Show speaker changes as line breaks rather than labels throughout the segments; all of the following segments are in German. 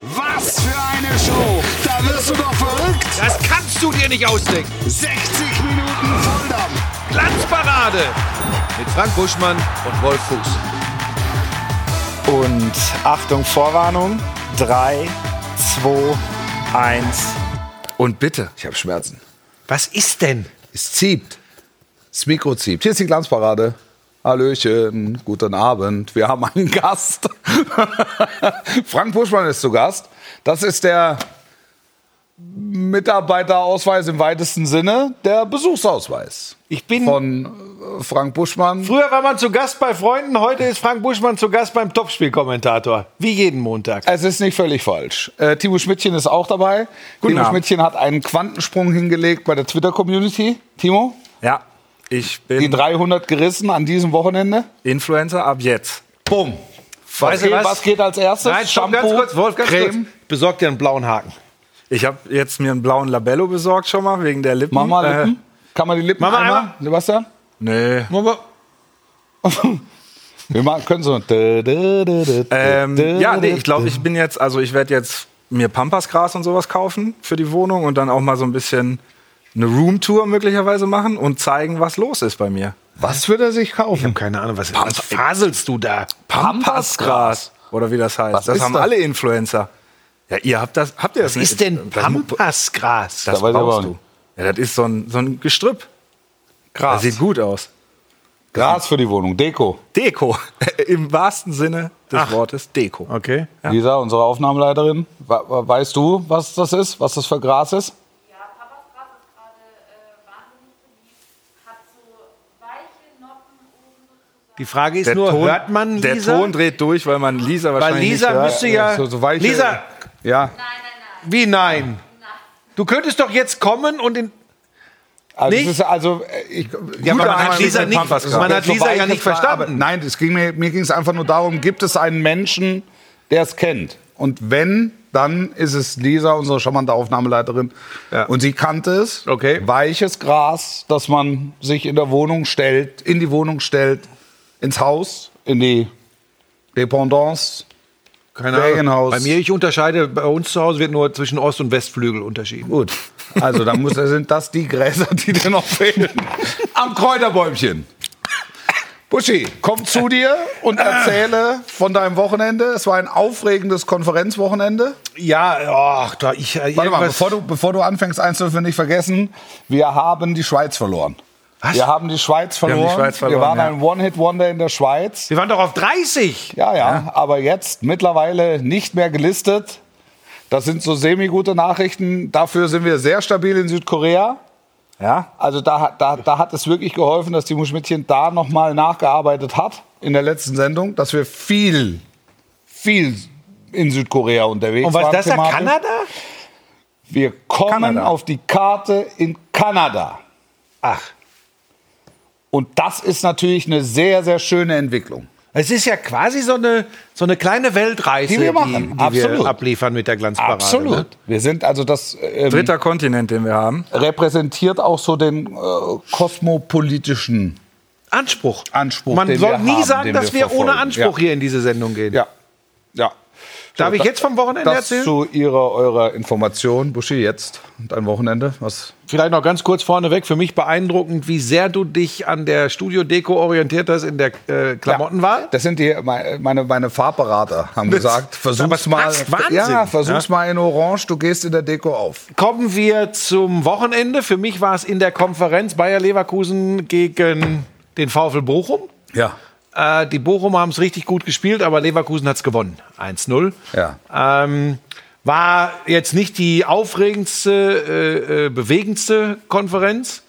Was für eine Show! Da wirst du doch verrückt!
Das kannst du dir nicht ausdenken.
60 Minuten Volldampf!
Glanzparade mit Frank Buschmann und Wolf Fuchs.
Und Achtung, Vorwarnung. 3, 2, 1.
Und bitte,
Ich habe Schmerzen.
was ist denn?
Es zieht. Das Mikro zieht. Hier ist die Glanzparade. Hallöchen, guten Abend. Wir haben einen Gast. Frank Buschmann ist zu Gast. Das ist der Mitarbeiterausweis im weitesten Sinne, der Besuchsausweis
Ich bin.
von äh, Frank Buschmann.
Früher war man zu Gast bei Freunden, heute ist Frank Buschmann zu Gast beim Topspielkommentator. Wie jeden Montag.
Es ist nicht völlig falsch. Äh, Timo Schmidtchen ist auch dabei. Timo
Abend.
Schmidtchen hat einen Quantensprung hingelegt bei der Twitter-Community. Timo,
Ja, ich
die
bin
300 gerissen an diesem Wochenende.
Influencer ab jetzt.
Bumm. Was,
Weißt du
geht,
was?
was? geht als erstes?
Nein, stopp, ganz kurz, Wolf, ganz
Creme.
kurz. Besorg dir einen blauen Haken.
Ich habe jetzt mir einen blauen Labello besorgt schon mal, wegen der Lippen.
Mach mal Lippen. Kann man die Lippen
Äh, Mach mal
einmal?
einmal.
Sebastian?
Äh, nee.
Wir machen, können so. Ähm,
Ähm, ja, nee, ich glaube, ich bin jetzt, also ich werde jetzt mir Pampasgras und sowas kaufen für die Wohnung und dann auch mal so ein bisschen eine Roomtour möglicherweise machen und zeigen, was los ist bei mir.
Was würde er sich kaufen?
Keine Ahnung, was ist Was faselst du da?
Pampasgras oder wie das heißt.
Was
das
ist
haben
das?
alle Influencer. Ja, ihr habt das, habt ihr das
Was
nicht?
ist denn
Das mu- Das
Pampasgras?
Da weiß ich
brauchst
aber
du.
nicht.
Ja, das ist so ein, so ein Gestrüpp. Das
Gras.
sieht gut aus.
Gras für die Wohnung, Deko.
Deko. Im wahrsten Sinne des Wortes Deko.
Okay.
Lisa, unsere Aufnahmeleiterin, wa- wa- weißt du, was das ist? Was das für Gras ist?
Ja, Papas Gras ist gerade äh, wahnsinnig beliebt. Hat so weiche Noppen oben sozusagen.
Die Frage ist nur, hört man
der
Lisa?
Ton dreht durch, weil man Lisa
Weil
wahrscheinlich
Lisa
nicht hört.
müsste ja.
so- so weiche-
Lisa,
Ja.
Nein, nein, nein.
wie nein? Du könntest doch jetzt kommen und in.
Also,
Nicht?
es ist also äh, ich,
Ja,
gut,
aber man
aber
hat
man-
Lisa nicht-
Pampasgras.
man hat
So
Lisa
weit
ja nicht
ich war,
verstanden.
aber Nein, es ging mir, mir ging es einfach nur darum, gibt es einen Menschen, der es kennt? Und wenn, dann ist es Lisa, unsere charmante Aufnahmeleiterin.
Ja.
Und sie kannte es.
Okay.
Weiches Gras, das man sich in der Wohnung stellt, in die Wohnung stellt, ins Haus, in die Dependance.
Keine
Ferienhaus.
Bei mir, ich unterscheide, bei uns zu Hause wird nur zwischen Ost- und Westflügel unterschieden.
Gut. Also, dann muss, sind das die Gräser, die dir noch fehlen. Am Kräuterbäumchen. Buschi, komm zu dir und erzähle von deinem Wochenende. Es war ein aufregendes Konferenzwochenende.
Ja, ach, da ich. äh,
Warte mal, bevor du, bevor du anfängst, eins dürfen wir nicht vergessen. Wir haben die Schweiz verloren. Was? Wir haben die Schweiz
haben die
verloren.
Schweiz
wir
verloren,
waren
ja.
ein One-Hit-Wonder in der Schweiz.
Wir waren doch auf 30.
Ja, ja, aber jetzt mittlerweile nicht mehr gelistet. Das sind so semi-gute Nachrichten. Dafür sind wir sehr stabil in Südkorea.
Ja?
Also da, hat- da, da hat es wirklich geholfen, dass Timo Schmidtchen da nochmal nachgearbeitet hat in der letzten Sendung, dass wir viel, viel in Südkorea unterwegs
Und was
waren.
das da?
thematisch.
Kanada?
Wir kommen
Kanada.
auf die Karte in Kanada.
Ach.
Und das ist natürlich eine sehr, sehr schöne Entwicklung.
Es ist ja quasi so eine, so eine kleine Weltreise,
Die wir machen, absolut.
wir abliefern mit der Glanzparade. Ne?
Wir sind also das ähm,
Dritter Kontinent, den wir haben.
repräsentiert auch so den äh, kosmopolitischen
Anspruch.
Anspruch.
Man
den
soll
wir
nie
haben,
sagen,
den
dass wir,
verfolgen.
ohne Anspruch
ja.
hier in diese Sendung gehen.
Ja. ja.
Darf ich jetzt vom Wochenende
Das
erzählen?
zu ihrer, eurer Information, Buschi, jetzt und ein Wochenende. Was?
Vielleicht noch ganz kurz vorneweg. Für mich beeindruckend, wie sehr du dich an der Studio-Deko orientiert hast in der äh, Klamottenwahl.
Das sind die, meine, meine Farbberater haben gesagt,
aber
versuch's
es
mal.
passt Wahnsinn.
Ja, versuch's mal in Orange, du gehst in der Deko auf.
Kommen wir zum Wochenende. Für mich war es in der Konferenz Bayer Leverkusen gegen den VfL Bochum.
Ja.
Äh, die Bochumer haben es richtig gut gespielt, aber Leverkusen hat es gewonnen. 1-0.
Ja.
Ähm, war jetzt nicht die aufregendste, äh, äh, bewegendste Konferenz.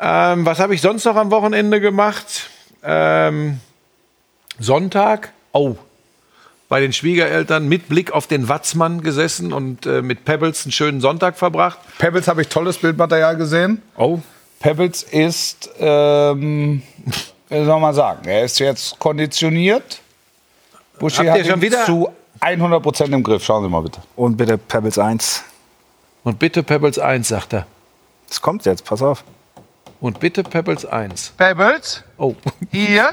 Ähm, was habe ich sonst noch am Wochenende gemacht? Ähm, Sonntag. Oh. Bei den Schwiegereltern mit Blick auf den Watzmann gesessen und äh, mit Pebbles einen schönen Sonntag verbracht.
Pebbles habe ich tolles Bildmaterial gesehen.
Oh.
Pebbles ist, ähm, wie soll man sagen, er ist jetzt konditioniert. Buschi
Habt
hat
ihr schon
ihn
wieder-
zu 100% im Griff. Schauen Sie mal bitte.
Und bitte Pebbles 1.
Und bitte Pebbles 1, sagt er.
Das kommt jetzt, pass auf.
Und bitte Pebbles 1.
Pebbles,
Oh.
hier,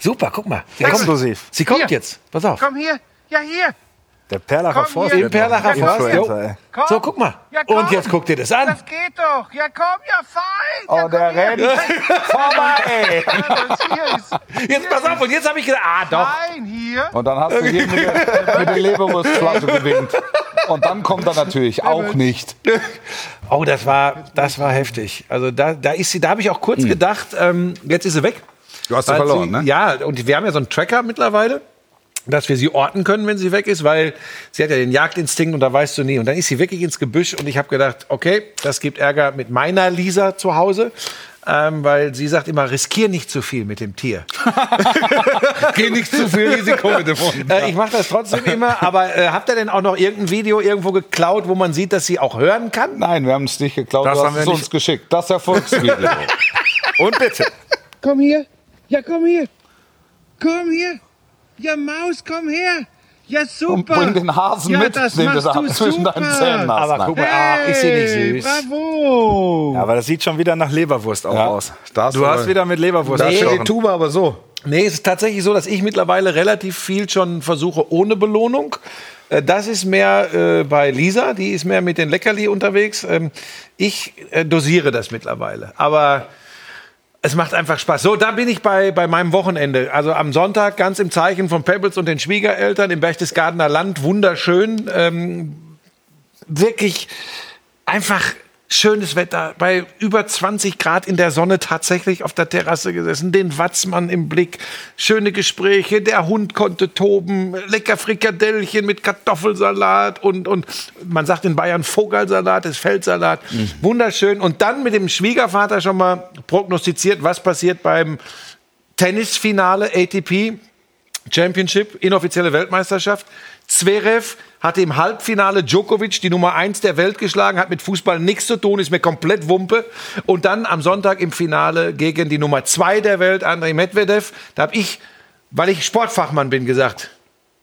Super, guck mal. Sie
Exklusiv.
Sie kommt
Hier.
jetzt. Pass auf.
komm hier, Ja, hier.
Der Perlacher
Komm
Forst.
hier.
wird
Im
noch ein
Perlacher Forst,
Influencer, ey.
Komm.
So, guck mal.
Ja, komm.
Und jetzt guck dir das an.
Das geht doch. Ja, komm, ja, fein. Ja,
Oh, der rennt vorbei.
komm, das hier ist
Jetzt pass auf, und jetzt habe ich gedacht, ah doch.
fein hier.
Und dann hast du hier mit der, mit der Leberwurstflasche gewinkt. Und dann kommt er natürlich auch nicht.
Oh, das war, das war heftig. Also da, da ist sie, da habe ich auch kurz gedacht, ähm, jetzt ist sie weg.
Du hast Hm. sie
Weil
verloren,
sie,
ne?
Ja, und wir haben ja so einen Tracker mittlerweile, dass wir sie orten können, wenn sie weg ist, weil sie hat ja den Jagdinstinkt und da weißt du nie. Und dann ist sie wirklich ins Gebüsch und ich habe gedacht, okay, das gibt Ärger mit meiner Lisa zu Hause. Ähm, weil sie sagt immer, riskier nicht zu viel mit dem Tier.
Geh nicht zu viel Risiko mit dem Hund.
Äh, ich mache das trotzdem immer, aber äh, habt ihr denn auch noch irgendein Video irgendwo geklaut, wo man sieht, dass sie auch hören kann?
Nein, wir haben es nicht geklaut,
Das
du
haben
hast
wir
es
nicht-
uns geschickt. Das Erfolgsvideo.
Und bitte.
Komm hier. Ja, komm hier. Komm hier. Ja, Maus, komm her. Ja, super.
Und bring den Hasen
ja,
mit,
das
den du
machst
da
du
zwischen
super.
deinen Zähnen hast.
Aber guck mal, ah, ist sie nicht süß.
Bravo.
Ja, aber das sieht schon wieder nach Leberwurst auch
Ja,
aus.
da hast
du
du
hast
wohl-
wieder mit Leberwurst
Da steht die
gestochen.
Tube aber so.
Nee, es ist tatsächlich so, dass ich mittlerweile relativ viel schon versuche ohne Belohnung. Äh, Das ist mehr äh, bei Lisa, die ist mehr mit den Leckerli unterwegs. Ähm, ich äh, dosiere das mittlerweile. Aber es macht einfach Spaß. So, da bin ich bei, bei meinem Wochenende. Also am Sonntag ganz im Zeichen von Pebbles und den Schwiegereltern im Berchtesgadener Land. Wunderschön. Ähm, wirklich einfach schönes Wetter. Bei über 20 Grad in der Sonne tatsächlich auf der Terrasse gesessen. Den Watzmann im Blick. Schöne Gespräche. Der Hund konnte toben. Lecker Frikadellchen mit Kartoffelsalat und, und man sagt in Bayern Vogelsalat, ist Feldsalat. Wunderschön. Und dann mit dem Schwiegervater schon mal prognostiziert, was passiert beim Tennisfinale ATP Championship, inoffizielle Weltmeisterschaft. Zverev hatte im Halbfinale Djokovic, die Nummer 1 der Welt, geschlagen, hat mit Fußball nichts zu tun, ist mir komplett Wumpe. Und dann am Sonntag im Finale gegen die Nummer 2 der Welt, Andrei Medvedev. Da habe ich, weil ich Sportfachmann bin, gesagt,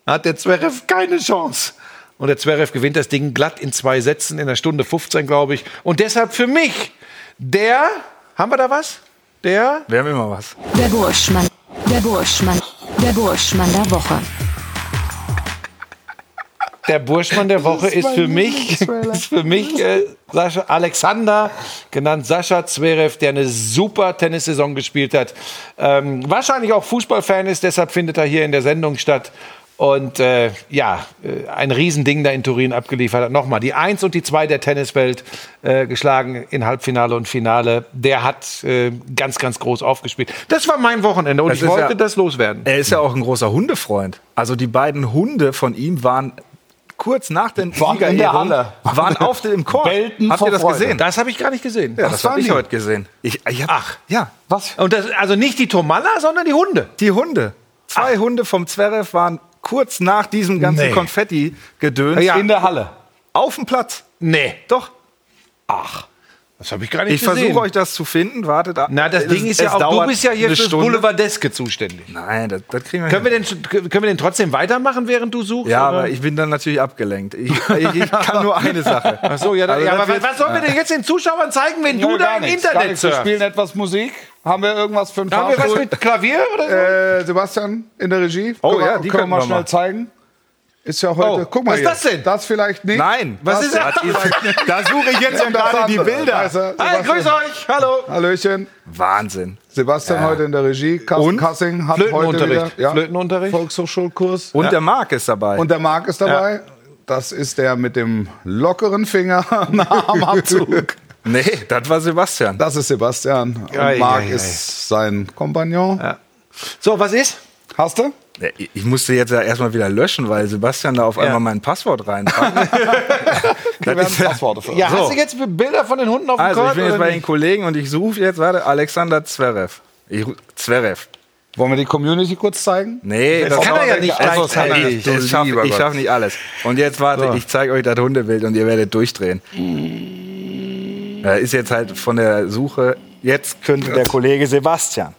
hat der Zverev keine Chance. Und der Zverev gewinnt das Ding glatt in zwei Sätzen, in einer Stunde 15, glaube ich. Und deshalb für mich der, haben wir da was? Der
Wir haben immer was.
Der Burschmann. Der Burschmann. Der Burschmann der Woche.
Der Burschmann der Woche ist für mich, ist für mich äh, Sascha Alexander, genannt Sascha Zverev, der eine super Tennissaison gespielt hat. Ähm, wahrscheinlich auch Fußballfan ist, deshalb findet er hier in der Sendung statt. Und äh, ja, äh, ein Riesending da in Turin abgeliefert hat. Nochmal, die Eins und die Zwei der Tenniswelt äh, geschlagen in Halbfinale und Finale. Der hat äh, ganz, ganz groß aufgespielt. Das war mein Wochenende und
Das
ich
ist
wollte
ja-
das loswerden.
Er ist ja auch ein großer Hundefreund. Also die beiden Hunde von ihm waren kurz nach den
Waren in der Halle.
waren auf dem Chor.
Bellten
Habt
vor
ihr das
Freude.
gesehen?
Das habe ich gar nicht gesehen.
ja, das
war
habe ich
nie.
heute gesehen. Ich, ich hab, Ach, ja.
Was?
Und das, also nicht die Tomalla, sondern die Hunde.
Die Hunde. Zwei Hunde vom Zverev waren kurz nach diesem ganzen
Nee.
Konfetti-Gedöns
Ja.
In der Halle.
auf dem Platz.
Nee.
Doch.
Das habe ich gar nicht
Ich versuche euch das zu finden. Wartet ab.
Na, das
Es-
Ding ist
es
ja auch, du
dauert
bist ja hier
eine
fürs
Stunde.
Boulevardeske zuständig.
Nein, das, das kriegen wir hin.
Können wir, denn, können wir denn trotzdem weitermachen, während du suchst?
Ja,
oder?
aber ich bin dann natürlich abgelenkt. Ich, ich, ich kann nur eine Sache.
Ach so, ja, dann-
Also
ja
das
aber
wird-
was sollen wir denn jetzt den Zuschauern zeigen, wenn du
Ja,
da
gar
im
nichts, gar
Internet
nichts. Wir
surfst?
spielen etwas Musik. Haben wir irgendwas für einen
Haben wir was
Fahrstuhl?
mit Klavier oder so?
äh, Sebastian in der Regie.
Oh
Können wir-
ja, die
können wir
können
mal
wir
schnell
mal.
zeigen. Ist ja heute.
Oh,
Guck mal
was ist
hier.
das denn?
Das vielleicht nicht.
Nein,
Was ist das?
da suche ich jetzt
Und
ja
das
gerade die
andere. Da
Bilder.
ist er,
Hi,
Sebastian.
grüß euch. Hallo.
Hallöchen.
Wahnsinn.
Sebastian heute in der Regie. Carsten
Und?
Kassing hat heute wieder
Flötenunterricht. Flötenunterricht.
Volkshochschulkurs.
Und der Marc ist dabei.
Und der Marc ist dabei. Das ist der mit dem lockeren Finger nach am Abzug.
nee, das war Sebastian.
Das ist Sebastian. Und
Ei,
Marc
ei, ei.
ist sein Kompagnon.
So, was ist?
Hast du?
Ja, ich- Ich musste jetzt ja erstmal wieder löschen, weil Sebastian da auf einmal mein Passwort reinpackt.
Wir werden Passworte für.
Ja,
So.
hast du jetzt Bilder von den Hunden auf dem
Also,
Court?
ich bin jetzt
oder
bei den
nicht?
Kollegen und ich suche jetzt, warte, Alexander Zverev. Ich, ru- Zverev.
Wollen wir die Community kurz zeigen?
Nee, das,
kann er ja nicht
Also,
gleich zeigen.
ey, Ich, ich schaffe ich schaff nicht alles. Und jetzt warte, ich zeige euch das Hundebild und ihr werdet durchdrehen. Da ist jetzt halt von der Suche. Jetzt könnte der Kollege Sebastian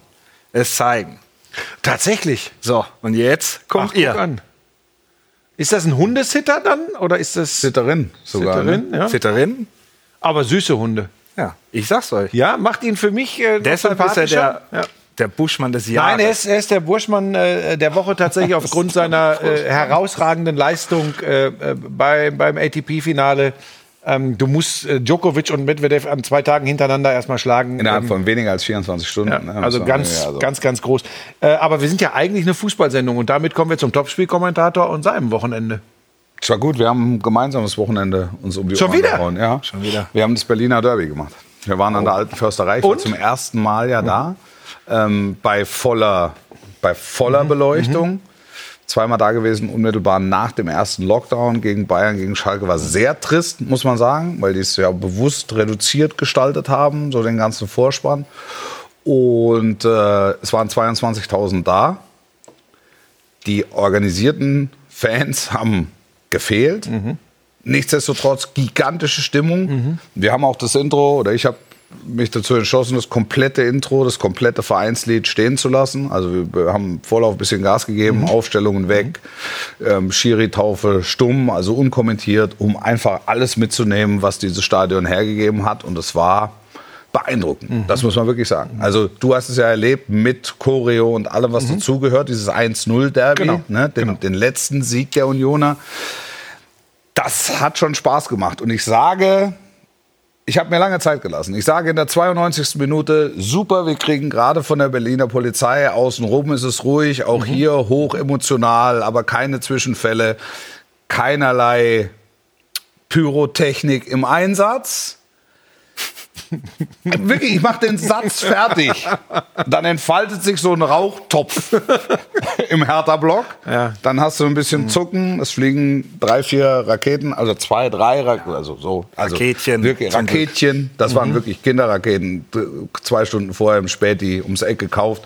es zeigen.
Tatsächlich.
So, und jetzt kommt
Guck
ihr.
an. Ist das ein Hundesitter dann? Oder ist das
Sitterin sogar. Ne?
Sitterin? Ja.
Zitterin?
Aber süße Hunde.
Ja, ich sag's euch.
Ja, macht ihn für mich äh, noch
Deshalb ist er
sympathischer.
der
Ja.
Der Buschmann des Jahres.
Nein, er ist, er ist der Burschmann äh, der Woche tatsächlich aufgrund seiner äh, herausragenden Leistung äh, äh, bei, beim ATP-Finale. Ähm, du musst äh, Djokovic und Medvedev an zwei Tagen hintereinander erstmal schlagen.
Innerhalb
Ähm,
von weniger als 24 Stunden.
ja,
ne?
also
So,
ganz,
ja, also.
ganz, ganz groß. Äh, aber wir sind ja eigentlich eine Fußballsendung und damit kommen wir zum Topspielkommentator und seinem Wochenende.
Es war gut, wir haben ein gemeinsames Wochenende uns um die
Schon
Ohren
wieder?
gehauen. Ja. Schon wieder. Wir haben das Berliner Derby gemacht. Wir waren an der alten Försterei, ich war zum ersten Mal ja da. Ähm, bei voller, bei voller Beleuchtung. Zweimal da gewesen, unmittelbar nach dem ersten Lockdown gegen Bayern, gegen Schalke. War sehr trist, muss man sagen, weil die es ja bewusst reduziert gestaltet haben, so den ganzen Vorspann. Und äh, es waren 22.000 da die organisierten Fans haben gefehlt. Nichtsdestotrotz gigantische Stimmung. Wir haben auch das Intro, oder ich habe mich dazu entschlossen, das komplette Intro, das komplette Vereinslied stehen zu lassen. Also wir haben Vorlauf ein bisschen Gas gegeben, Aufstellungen weg, ähm, Schiri-Taufe stumm, also unkommentiert, um einfach alles mitzunehmen, was dieses Stadion hergegeben hat. Und es war beeindruckend. Das muss man wirklich sagen. Also du hast es ja erlebt mit Choreo und allem, was dazugehört, dieses 1-0-Derby, ne, den, den letzten Sieg der Unioner. Das hat schon Spaß gemacht. Und ich sage, ich habe mir lange Zeit gelassen. Ich sage in der 92. Minute, super, wir kriegen gerade von der Berliner Polizei, außenrum ist es ruhig, auch hier hoch emotional, aber keine Zwischenfälle, keinerlei Pyrotechnik im Einsatz. Wirklich, ich mache den Satz fertig. Dann entfaltet sich so ein Rauchtopf im Hertha-Block. Dann hast du ein bisschen Zucken. Es fliegen drei, vier Raketen, also zwei, drei Raketen, also so. Also
Raketchen.
Wirklich,
Zum Glück. Mhm.
Raketchen. Das waren wirklich Kinderraketen. D- Zwei Stunden vorher im Späti ums Eck gekauft.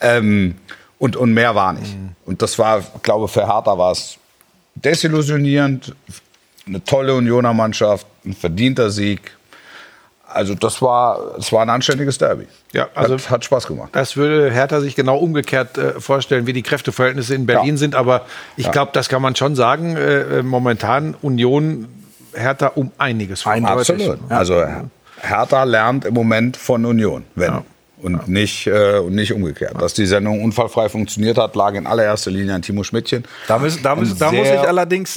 Ähm, und, und mehr war nicht.
Mhm.
Und das war, glaube für Hertha war es desillusionierend. Eine tolle Unioner Mannschaft, ein verdienter Sieg. Also das war, das war ein anständiges Derby.
Ja, also-
hat, hat Spaß gemacht.
Das würde Hertha sich genau umgekehrt äh, vorstellen, wie die Kräfteverhältnisse in
Ja.
Berlin sind. Aber ich glaube, das kann man schon sagen. Äh, äh, momentan Union Hertha um einiges vor.
Absolut. Also Hertha lernt im Moment von Union, wenn. Und, Nicht, äh, und nicht umgekehrt. Dass die Sendung unfallfrei funktioniert hat, lag in allererster Linie an Timo Schmidtchen.
Da muss- da muss-
Ein
da muss
sehr
ich allerdings-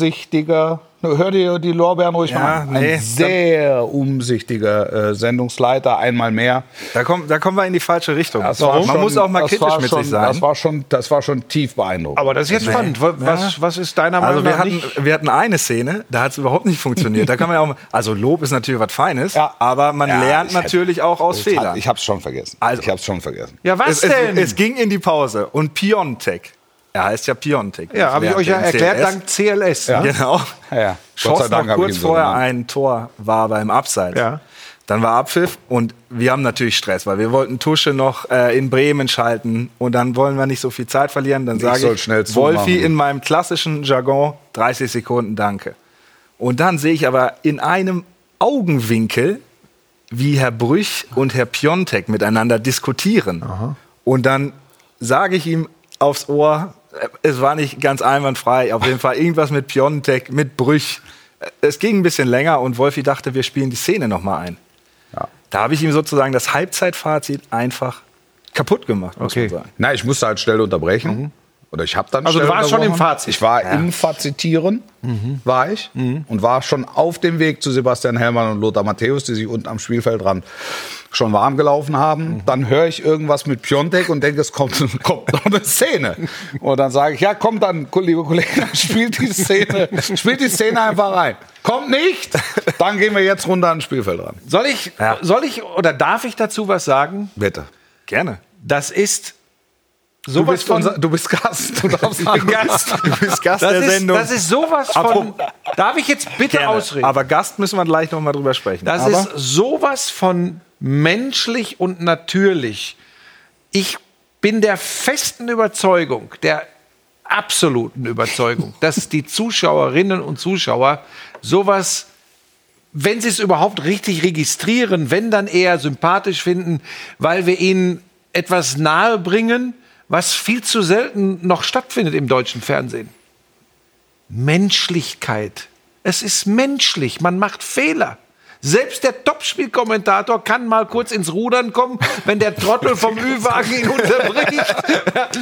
Umsichtiger. Hör dir die Lorbeeren ruhig
Ja,
mal an. Ein
nee, da-
sehr umsichtiger äh, Sendungsleiter, einmal mehr.
Da, kommen, da kommen wir in die falsche Richtung.
Das war
Man
schon-
muss auch mal
das
kritisch
war
mit
schon,
sich sein.
Das war, schon, das war schon tief beeindruckend.
Aber das ist jetzt spannend. Wa- Was, was ist deiner Meinung
Also wir
nach
hatten,
nicht?
wir hatten eine Szene, da hat es überhaupt nicht funktioniert. Da kann man ja auch, mal- also Lob ist natürlich was Feines,
Ja.
aber man
Ja,
lernt
ich hätte-
natürlich auch aus
Ich
Fehlern.
hab- Ich hab's schon vergessen.
Also-
ich hab's schon vergessen.
Ja, was
es,
denn?
Es, es ging in die Pause und Piontek. Er heißt ja Piontek.
ja, habe ich euch ja erklärt,
CLS.
dank CLS.
Ja.
ne?
Genau.
Ja, ja. Gott sei
Schoss
Dank
noch
hab ich
kurz
ihn so
vorher
genannt.
ein Tor, war beim Abseits.
Ja.
Dann war Abpfiff und wir haben natürlich Stress, weil wir wollten Tusche noch äh, in Bremen schalten und dann wollen wir nicht so viel Zeit verlieren. Dann sage
soll
ich,
schnell zumachen.
Wolfi in meinem klassischen Jargon, 30 Sekunden, danke. Und dann sehe ich aber in einem Augenwinkel, wie Herr Brüch und Herr Piontek miteinander diskutieren. Und dann sage ich ihm aufs Ohr, äh, es war nicht ganz einwandfrei, auf jeden Fall irgendwas mit Piontek, mit Brüch. Äh, Es ging ein bisschen länger und Wolfi dachte, wir spielen die Szene nochmal ein. Da habe ich ihm sozusagen das Halbzeitfazit einfach kaputt gemacht, muss
Okay.
man sagen.
Na, ich musste halt schnell unterbrechen. Oder ich habe dann
Also du
schnell
warst schon
unterbrochen.
im Fazit.
Ich war im Fazitieren, war ich. Und war schon auf dem Weg zu Sebastian Hellmann und Lothar Matthäus, die sich unten am Spielfeldrand schon warm gelaufen haben. Dann höre ich irgendwas mit Piontek und denke, es kommt, kommt noch eine Szene. Und dann sage ich, ja, kommt dann, liebe Kollegen, spielt die Szene, spielt die Szene einfach rein. Kommt nicht, dann gehen wir jetzt runter ans Spielfeldrand.
Soll ich,
Ja.
soll ich oder darf ich dazu was sagen?
Bitte.
Gerne.
Das ist
Du
sowas
bist,
von
unser, du bist Gast. Du darfst
Gast.
Du bist Gast
Das
der
ist,
Sendung.
das ist sowas von. Darf ich jetzt bitte
Gerne.
ausreden?
Aber Gast müssen wir gleich nochmal drüber sprechen.
Das
Aber
ist sowas von menschlich und natürlich. Ich bin der festen Überzeugung, der absoluten Überzeugung, dass die Zuschauerinnen und Zuschauer sowas, wenn sie es überhaupt richtig registrieren, wenn dann eher sympathisch finden, weil wir ihnen etwas nahe bringen, was viel zu selten noch stattfindet im deutschen Fernsehen. Menschlichkeit. Es ist menschlich. Man macht Fehler. Selbst der Topspielkommentator kann mal kurz ins Rudern kommen, wenn der Trottel vom Ü-Wagen ihn unterbricht.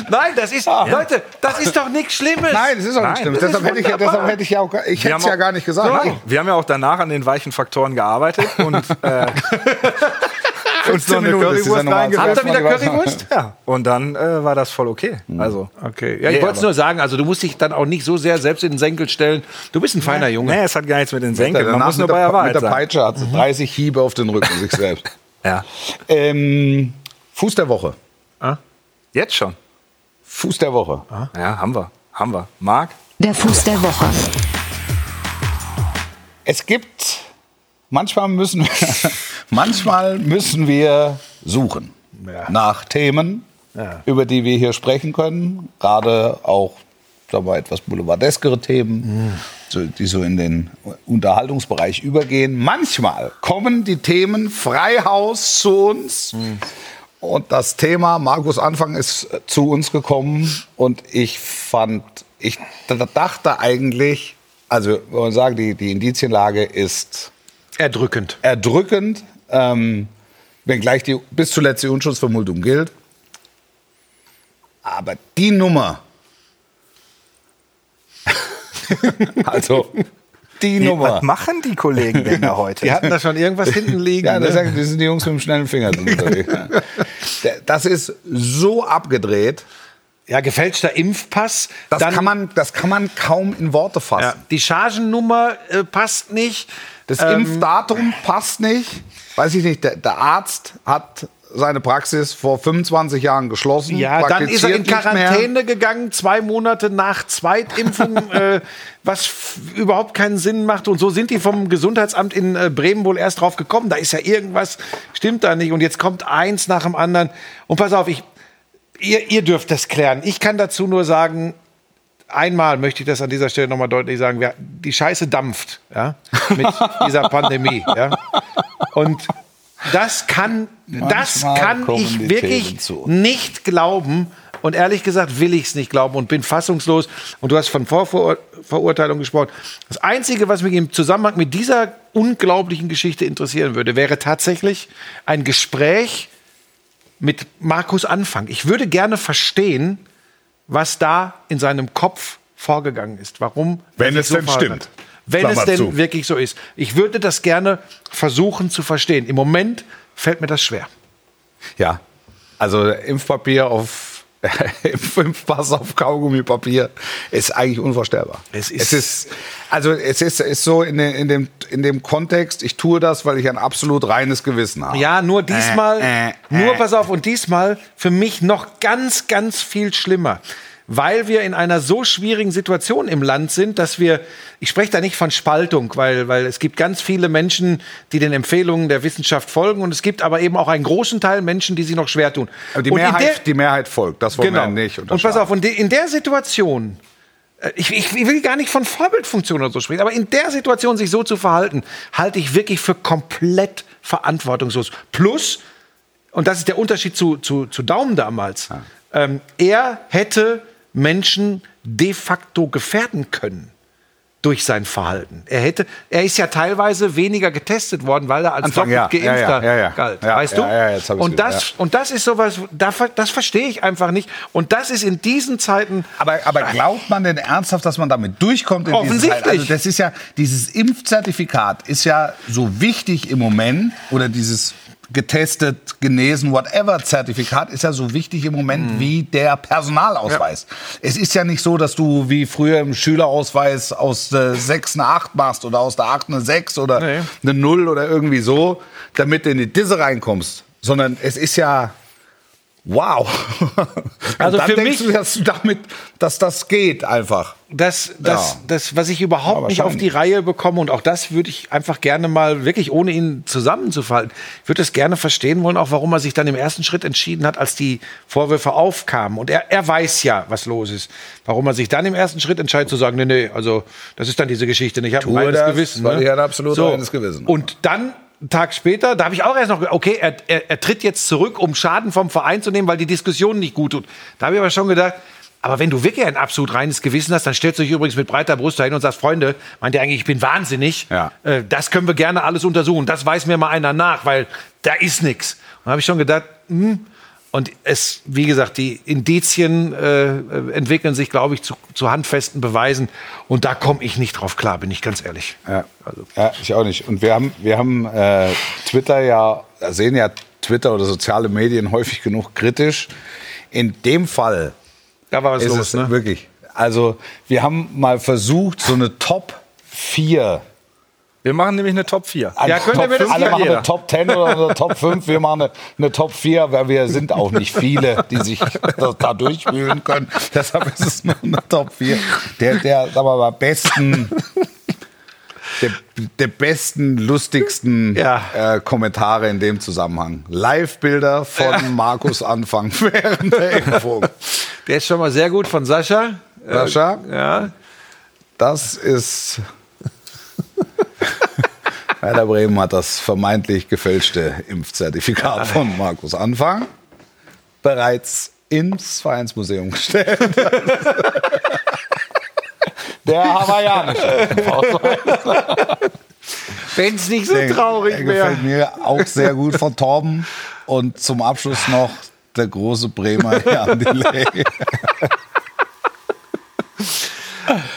Nein, das ist, Leute, das ist doch nichts Schlimmes.
Ah. Nein, das ist auch
Nein,
nicht schlimm.
das
Deshalb
ist
hätte, ich, ja-
wunderbar.
deshalb hätte ich ja auch, gar- ich hätte es
haben
ja
auch-
gar nicht gesagt. Nein.
Wir haben ja auch danach an den weichen Faktoren gearbeitet und äh, uns noch eine
Minuten ist dieser
Currywurst
normale
reingesetzt.
Habt ihr wieder Currywurst?
Ja, und dann äh, war das voll okay.
Hm.
Also,
Okay. Ja,
Nee,
ich wollte es
aber-
nur sagen, also du musst dich dann auch nicht so sehr selbst in den Senkel stellen. Du bist ein feiner Junge.
nee, es hat gar nichts mit den
Ja,
Senkeln. Man
danach
muss nur
mit
bei
der,
der Wahrheit
Mit der
sein. Mhm.
Peitsche hat sie 30 Hiebe auf den Rücken, sich selbst.
Ja.
Ähm, Fuß der Woche.
Jetzt schon.
Fuß der Woche.
Ja, haben wir. Haben wir. Marc?
Der Fuß der Woche.
Es gibt, manchmal müssen wir, manchmal müssen wir suchen nach Themen, über die wir hier sprechen können. Gerade auch sagen wir, mal, etwas boulevardeskere Themen, so, die so in den Unterhaltungsbereich übergehen. Manchmal kommen die Themen Freihaus zu uns. Und das Thema Markus Anfang ist äh, zu uns gekommen und ich fand, ich d- d- dachte eigentlich, also wenn man sagen, die, die Indizienlage ist
Erdrückend.
erdrückend, ähm, wenngleich die, bis zuletzt die Unschuldsvermutung gilt. Aber die Nummer, also die Nummer,
Was machen die Kollegen denn da heute?
Die hatten da schon irgendwas hinten liegen.
Ja, das,
ne?
sagen- das sind die Jungs mit dem schnellen Finger. sind unterwegs. Das ist so abgedreht.
ja gefälschter Impfpass.
Das,
dann,
kann man, das kann man kaum in Worte
ja,
fassen.
die Chargennummer äh, passt nicht.
Das
Ähm.
Impfdatum passt nicht. Weiß ich nicht, der, der Arzt hat seine Praxis vor 25 Jahren geschlossen.
Ja, dann ist er in
praktiziert nicht mehr.
Quarantäne gegangen, zwei Monate nach Zweitimpfung, äh, was f- überhaupt keinen Sinn macht. Und so sind die vom Gesundheitsamt in äh, Bremen wohl erst drauf gekommen. Da ist ja irgendwas, stimmt da nicht. Und jetzt kommt eins nach dem anderen. Und pass auf, ich, ihr, ihr dürft das klären. Ich kann dazu nur sagen, einmal möchte ich das an dieser Stelle nochmal deutlich sagen, wir, die Scheiße dampft ja, mit dieser Pandemie. Ja. Und das kann, das
Manchmal
kann
kommen die
ich wirklich
Themen zu uns.
nicht glauben. Und ehrlich gesagt will ich es nicht glauben und bin fassungslos. Und du hast von Vorverurteilung gesprochen. Das Einzige, was mich im Zusammenhang mit dieser unglaublichen Geschichte interessieren würde, wäre tatsächlich ein Gespräch mit Markus Anfang. Ich würde gerne verstehen, was da in seinem Kopf vorgegangen ist. Warum? er
Wenn
sich
es denn
verhalten
stimmt.
hat. Wenn
Klammer
es denn
zu.
wirklich so ist. Ich würde das gerne versuchen zu verstehen. Im Moment fällt mir das schwer.
Ja, also Impfpapier auf Impf- Impfpass auf Kaugummipapier ist eigentlich unvorstellbar.
Es ist-
also es ist, ist so in, den, in, dem, in dem Kontext, ich tue das, weil ich ein absolut reines Gewissen habe.
Ja, nur diesmal,
Äh, äh,
nur
äh.
pass auf, und diesmal für mich noch ganz, ganz viel schlimmer. Weil wir in einer so schwierigen Situation im Land sind, dass wir, ich spreche da nicht von Spaltung, weil, weil es gibt ganz viele Menschen, die den Empfehlungen der Wissenschaft folgen und es gibt aber eben auch einen großen Teil Menschen, die sich noch schwer tun.
Aber die,
Und in Genau.
Mehrheit, die Mehrheit folgt, das wollen wir nicht
und pass auf, und de- in der Situation, äh, ich, ich will gar nicht von Vorbildfunktion oder so sprechen, aber in der Situation sich so zu verhalten, halte ich wirklich für komplett verantwortungslos. Plus, und das ist der Unterschied zu, zu, zu Daum damals,
Ah.
ähm, er hätte Menschen de facto gefährden können durch sein Verhalten. Er hätte, er ist ja teilweise weniger getestet worden, weil er als
Anfang,
doppelt
ja, ja,
geimpfter
ja, ja, ja.
galt.
Ja,
weißt
ja,
du?
ja, jetzt hab ich's
und das
wieder,
und das ist sowas, da ver- das verstehe ich einfach nicht. Und das ist in diesen Zeiten.
Aber, aber glaubt man denn ernsthaft, dass man damit durchkommt? In
Offensichtlich.
Dieser Zeit? Also das ist ja, dieses Impfzertifikat ist ja so wichtig im Moment oder dieses getestet, genesen, whatever Zertifikat ist ja so wichtig im Moment wie der Personalausweis. Es ist ja nicht so, dass du wie früher im Schülerausweis aus der 6 eine 8 machst oder aus der 8 eine 6 oder eine 0 oder irgendwie so, damit du in die Disse reinkommst, sondern es ist ja Wow.
Also
Und dann
für
denkst
mich-
du, dass du damit, dass das geht einfach.
das, das,
Ja.
das, was ich überhaupt
Ja,
nicht auf die
wahrscheinlich.
Reihe bekomme, und auch das würde ich einfach gerne mal wirklich, ohne ihn zusammenzufallen, ich würde es gerne verstehen wollen, auch warum er sich dann im ersten Schritt entschieden hat, als die Vorwürfe aufkamen. Und er, er weiß ja, was los ist. Warum er sich dann im ersten Schritt entscheidet zu sagen, nee, nee, also das ist dann diese Geschichte, ich habe ein
Tue
reines
das,
Gewissen. ne?
weil ich ein absolut reines Gewissen habe.
Und dann einen Tag später, da habe ich auch erst noch, ge- okay, er, er, er tritt jetzt zurück, um Schaden vom Verein zu nehmen, weil die Diskussion nicht gut tut. Da habe ich aber schon gedacht, Aber wenn du wirklich ein absolut reines Gewissen hast, dann stellst du dich übrigens mit breiter Brust dahin und sagst, Freunde, meint ihr eigentlich, ich bin wahnsinnig?
Ja.
Äh, das können wir gerne alles untersuchen. Das weiß mir mal einer nach, weil da ist nichts. Und da habe ich schon gedacht, hm. Und es, wie gesagt, die Indizien äh, entwickeln sich, glaube ich, zu, zu handfesten Beweisen. Und da komme ich nicht drauf klar, bin ich ganz ehrlich.
Ja, also, ja ich auch nicht. Und wir haben, wir haben äh, Twitter ja, sehen ja Twitter oder soziale Medien häufig genug kritisch. In dem Fall
Da war was
ist
los,
es
ne?
wirklich. Also, wir haben mal versucht, so eine Top 4
Wir machen nämlich eine Top 4.
ja,
könnt ihr
Top
mir das
5, alle
sagen?
machen
Jeder.
eine Top 10 oder eine Top 5, wir machen eine, eine Top 4, weil wir sind auch nicht viele, die sich da, da durchwühlen können. Deshalb ist es nur eine Top 4. Der, der sagen wir mal, besten, der, der besten, lustigsten
Ja.
äh, Kommentare in dem Zusammenhang. Live-Bilder von Markus Anfang während der Impfung.
Der ist schon mal sehr gut von Sascha.
Sascha,
Ja.
das ist... Werder Bremen hat das vermeintlich gefälschte
Ah.
Impfzertifikat von Markus Anfang bereits ins Vereinsmuseum gestellt. Der hawaiianische.
Wenn es nicht so traurig
Der
wäre.
gefällt mir auch sehr gut von Torben. Und zum Abschluss noch der große Bremer Jan Delay.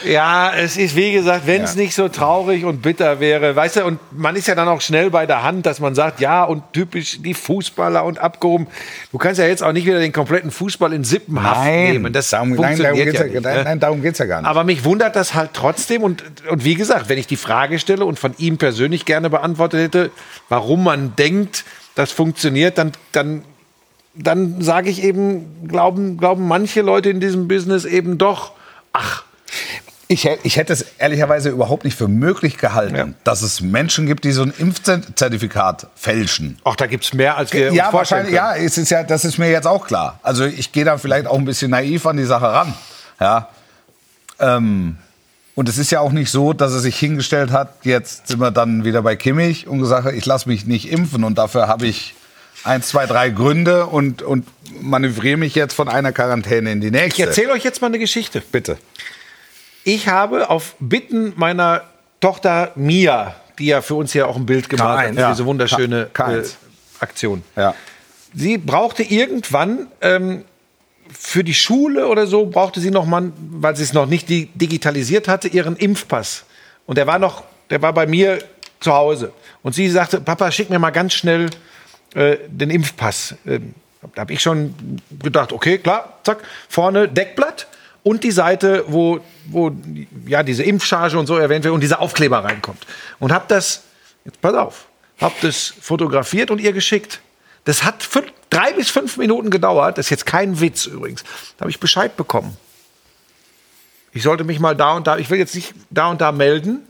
Ja, es ist wie gesagt, wenn es
Ja.
nicht so traurig und bitter wäre, weißt du, und man ist ja dann auch schnell bei der Hand, dass man sagt, ja, und typisch die Fußballer und abgehoben. Du kannst ja jetzt auch nicht wieder den kompletten Fußball in Sippenhaft nehmen. Das
darum, nein, darum
funktioniert
geht's ja,
ja nicht.
nein,
Ne?
nein, darum geht es ja gar nicht.
Aber mich wundert das halt trotzdem und, und wie gesagt, wenn ich die Frage stelle und von ihm persönlich gerne beantwortet hätte, warum man denkt, das funktioniert, dann, dann, dann sage ich eben, glauben, glauben manche Leute in diesem Business eben doch, ach,
Ich, hä- ich hätte es ehrlicherweise überhaupt nicht für möglich gehalten, dass es Menschen gibt, die so ein Impfzertifikat fälschen.
Ach, da gibt es mehr, als wir uns
Ja,
vorstellen
wahrscheinlich,
können.
ja, es ist ja, das ist mir jetzt auch klar. Also ich gehe da vielleicht auch ein bisschen naiv an die Sache ran. Ja. Ähm, und es ist ja auch nicht so, dass er sich hingestellt hat, jetzt sind wir dann wieder bei Kimmich und gesagt hat, ich lasse mich nicht impfen und dafür habe ich eins, zwei, drei Gründe und, und manövriere mich jetzt von einer Quarantäne in die
Ich
nächste.
erzähle euch jetzt mal eine Geschichte.
Bitte.
Ich habe auf Bitten meiner Tochter Mia, die ja für uns hier auch ein Bild gemalt hat,
K1,
für
ja.
diese wunderschöne
K-
äh,
K1.
Aktion.
Ja.
Sie brauchte irgendwann ähm, für die Schule oder so, brauchte sie noch mal, weil sie es noch nicht di digitalisiert hatte, ihren Impfpass. Und der war noch, der war bei mir zu Hause. Und sie sagte, Papa, schick mir mal ganz schnell äh, den Impfpass. Ähm, da habe ich schon gedacht, okay, klar, zack, vorne Deckblatt und die Seite, wo, wo ja, diese Impfcharge und so erwähnt wird und dieser Aufkleber reinkommt. Und habe das, jetzt pass auf, habe das fotografiert und ihr geschickt. Das hat fünf, drei bis fünf Minuten gedauert, das ist jetzt kein Witz übrigens. Da habe ich Bescheid bekommen. Ich sollte mich mal da und da, ich will jetzt nicht da und da melden.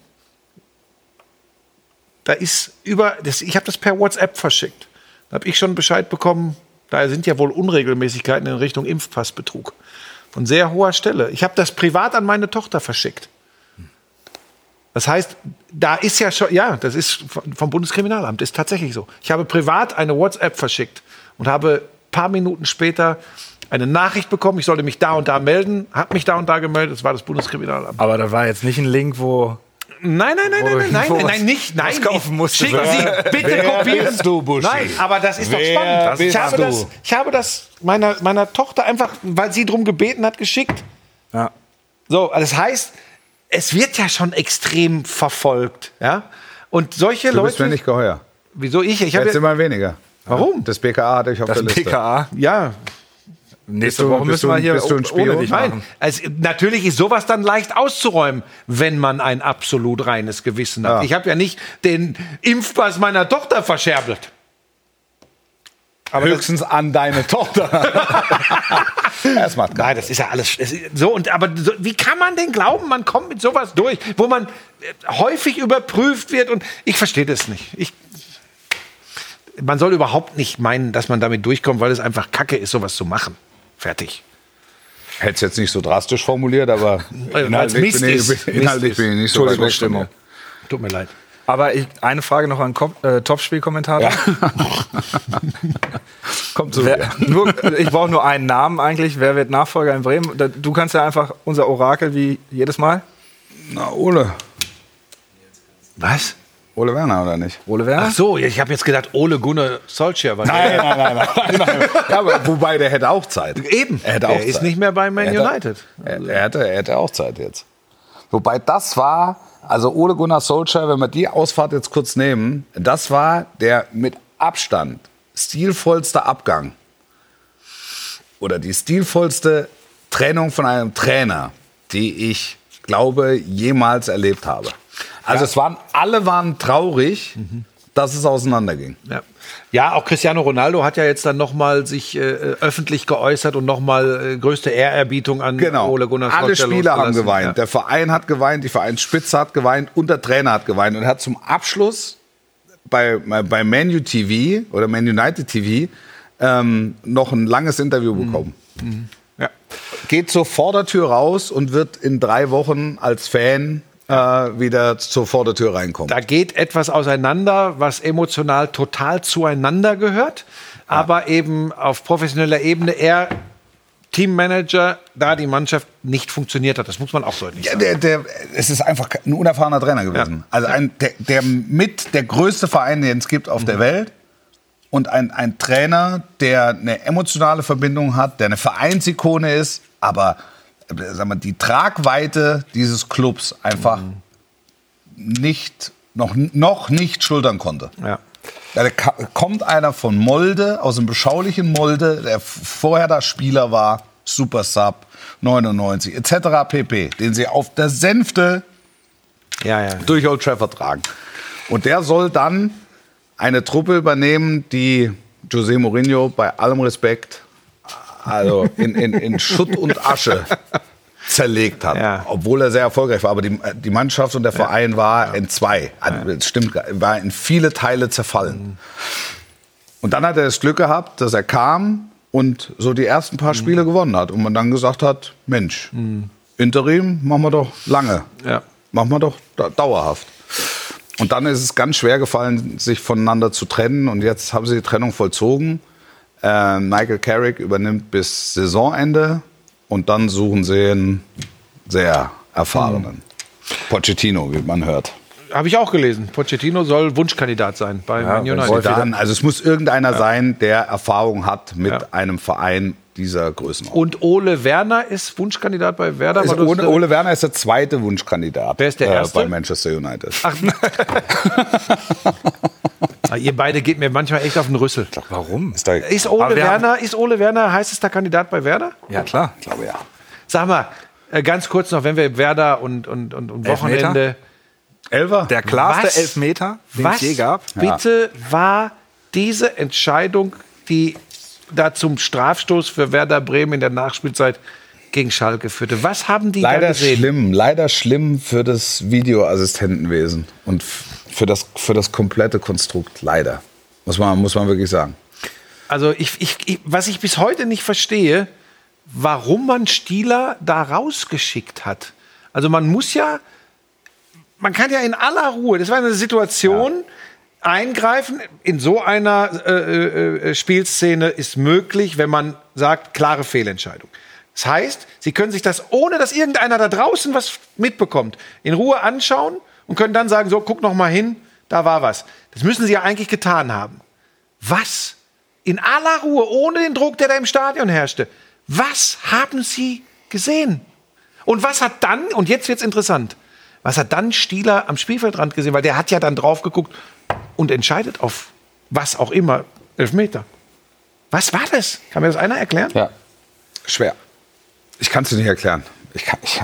Da ist über, das, ich habe das per WhatsApp verschickt. Da habe ich schon Bescheid bekommen, da sind ja wohl Unregelmäßigkeiten in Richtung Impfpassbetrug. Von sehr hoher Stelle. Ich habe das privat an meine Tochter verschickt. Das heißt, da ist ja schon, ja, das ist vom vom Bundeskriminalamt, ist tatsächlich so. Ich habe privat eine WhatsApp verschickt und habe ein paar Minuten später eine Nachricht bekommen, ich sollte mich da und da melden, habe mich da und da gemeldet, es war das Bundeskriminalamt.
Aber da war jetzt nicht ein Link, wo.
Nein, nein, nein, nein, nein, nein,
Wo
nein,
was-
nein, nicht, nein.
was kaufen musst du
Schicken
für-
Sie, bitte kopieren.
bist du, Buschi?
nein, aber das ist
Wer
doch spannend.
bist
ich, habe
du?
Das, ich habe das meiner, meiner Tochter einfach, weil sie darum gebeten hat, geschickt.
Ja.
So, also das heißt, es wird ja schon extrem verfolgt, ja. Und solche
Du bist mir
Leute,
nicht geheuer.
wieso ich? Ich habe
Jetzt
ja,
immer weniger.
Warum?
Das BKA hatte ich auf
Das
der Liste.
PKA.
ja,
Nächste
du-
Woche
bist
müssen
du-
wir hier
bist du ein
oh- ohne
Spion?
dich
nein.
machen.
Also, natürlich ist sowas dann leicht auszuräumen, wenn man ein absolut reines Gewissen hat.
Ja.
Ich habe ja nicht den Impfpass meiner Tochter verscherbelt.
Aber Höchstens an deine Tochter. das macht gar
Nein, das ist ja alles es ist- so und aber so, wie kann man denn glauben, man kommt mit sowas durch, wo man äh, häufig überprüft wird und ich verstehe das nicht. Ich man soll überhaupt nicht meinen, dass man damit durchkommt, weil es einfach Kacke ist, sowas zu machen. Fertig.
Hätte es jetzt nicht so drastisch formuliert, aber
Weil- weil's
inhaltlich,
Mist
bin ich,
ist.
inhaltlich
Mist
bin ich nicht so weit
Entschuldigung,
weg von
Stimmung.
dir.
Tut mir leid.
Aber ich, eine Frage noch an Kom- äh, Topspiel-Kommentator.
Kommt zu
Wer,
mir.
nur, ich brauche nur einen Namen eigentlich. Wer wird Nachfolger in Bremen? Da- Du kannst ja einfach unser Orakel wie jedes Mal.
Na, Ole.
Was?
Ole Werner, oder nicht?
Ole Werner.
Ach so, ich habe jetzt gedacht, Ole Gunnar Solskjaer war
Nein, nein, nein. nein, nein. Ja, aber, wobei, der hätte auch Zeit.
Eben.
Er hätte auch
er ist
Zeit.
nicht mehr bei Man
Er hätte-
United.
Er, er, hätte, er hätte auch Zeit jetzt. Wobei das war, also Ole Gunnar Solskjaer, wenn wir die Ausfahrt jetzt kurz nehmen, das war der mit Abstand stilvollste Abgang oder die stilvollste Trennung von einem Trainer, die ich glaube jemals erlebt habe. Also es waren alle waren traurig, dass es auseinanderging.
Ja. ja, auch Cristiano Ronaldo hat ja jetzt dann nochmal sich äh, öffentlich geäußert und nochmal äh, größte Ehrerbietung an
Genau.
Ole Gunnar
Alle
Solskjaer
Spieler haben
losgelassen.
geweint.
Ja.
Der Verein hat geweint, die Vereinsspitze hat geweint und der Trainer hat geweint. Und er hat zum Abschluss bei, bei Manu TV oder Man United TV ähm, noch ein langes Interview
Mhm.
bekommen.
Ja.
Geht zur Vordertür raus und wird in drei Wochen als Fan äh, wieder zur Vordertür reinkommen.
Da geht etwas auseinander, was emotional total zueinander gehört, aber eben auf professioneller Ebene er Teammanager, da die Mannschaft nicht funktioniert hat. Das muss man auch deutlich
Ja,
sagen.
der, der, es ist einfach ein unerfahrener Trainer gewesen. Also ein, der, der mit der größte Verein, den es gibt auf der Welt. Und ein, ein Trainer, der eine emotionale Verbindung hat, der eine Vereinsikone ist, aber äh, sag mal, die Tragweite dieses Clubs einfach nicht, noch, noch nicht schultern konnte.
Ja.
Da ka- kommt einer von Molde, aus dem beschaulichen Molde, der f- vorher da Spieler war, Super Sub, 99, etc. pp., den sie auf der Sänfte
Ja, ja.
durch Old Trafford tragen. Und der soll dann eine Truppe übernehmen, die José Mourinho bei allem Respekt also in, in, in Schutt und Asche zerlegt hat.
Ja.
Obwohl er sehr erfolgreich war. Aber die, die Mannschaft und der Verein war in zwei, also, das stimmt, gar- war in viele Teile zerfallen. Und dann hat er das Glück gehabt, dass er kam und so die ersten paar Spiele gewonnen hat. Und man dann gesagt hat, Mensch, Interim machen wir doch lange.
Ja.
Machen wir doch da dauerhaft. Und dann ist es ganz schwer gefallen, sich voneinander zu trennen. Und jetzt haben sie die Trennung vollzogen. Ähm, Michael Carrick übernimmt bis Saisonende. Und dann suchen sie einen sehr erfahrenen. Pochettino, wie man hört.
Habe ich auch gelesen. Pochettino soll Wunschkandidat sein bei Man United.
Zidane. Also es muss irgendeiner sein, der Erfahrung hat mit
Ja.
einem Verein dieser Größenordnung.
Und Ole Werner ist Wunschkandidat bei Werder.
Ist
weil du-
Ole, Ole Werner ist der zweite Wunschkandidat. äh,
Wer ist der Erste?
Bei Manchester United.
Ach, Ah, ihr beide geht mir manchmal echt auf den Rüssel.
Warum?
Ist da-
Ist Ole
Aber wir haben-
Werner, ist Ole Werner heißester Kandidat bei Werder?
Ja klar.
Ich glaube ja.
Sag mal, äh, ganz kurz noch, wenn wir Werder und, und, und, und Wochenende.
Elfer?
Der klarste
Was?
Elfmeter, den
Was
es je gab.
bitte war diese Entscheidung, die da zum Strafstoß für Werder Bremen in der Nachspielzeit gegen Schalke führte? Was haben die da
Leider
gesehen?
schlimm, leider schlimm für das Videoassistentenwesen und f- für das, für das komplette Konstrukt, leider. Muss man, muss man wirklich sagen.
Also ich, ich, ich, was ich bis heute nicht verstehe, warum man Stieler da rausgeschickt hat. Also man muss ja, man kann ja in aller Ruhe, das war eine Situation, eingreifen. In so einer äh, äh, Spielszene ist möglich, wenn man sagt, klare Fehlentscheidung. Das heißt, Sie können sich das, ohne dass irgendeiner da draußen was mitbekommt, in Ruhe anschauen und können dann sagen, so, guck noch mal hin, da war was. Das müssen Sie ja eigentlich getan haben. Was? In aller Ruhe, ohne den Druck, der da im Stadion herrschte. Was haben Sie gesehen? Und was hat dann, und jetzt wird's interessant, was hat dann Stieler am Spielfeldrand gesehen? Weil der hat ja dann drauf geguckt und entscheidet auf was auch immer, Elfmeter. Was war das? Kann mir das einer erklären?
Ja. Schwer. Ich kann es dir nicht erklären. Ich kann, ich,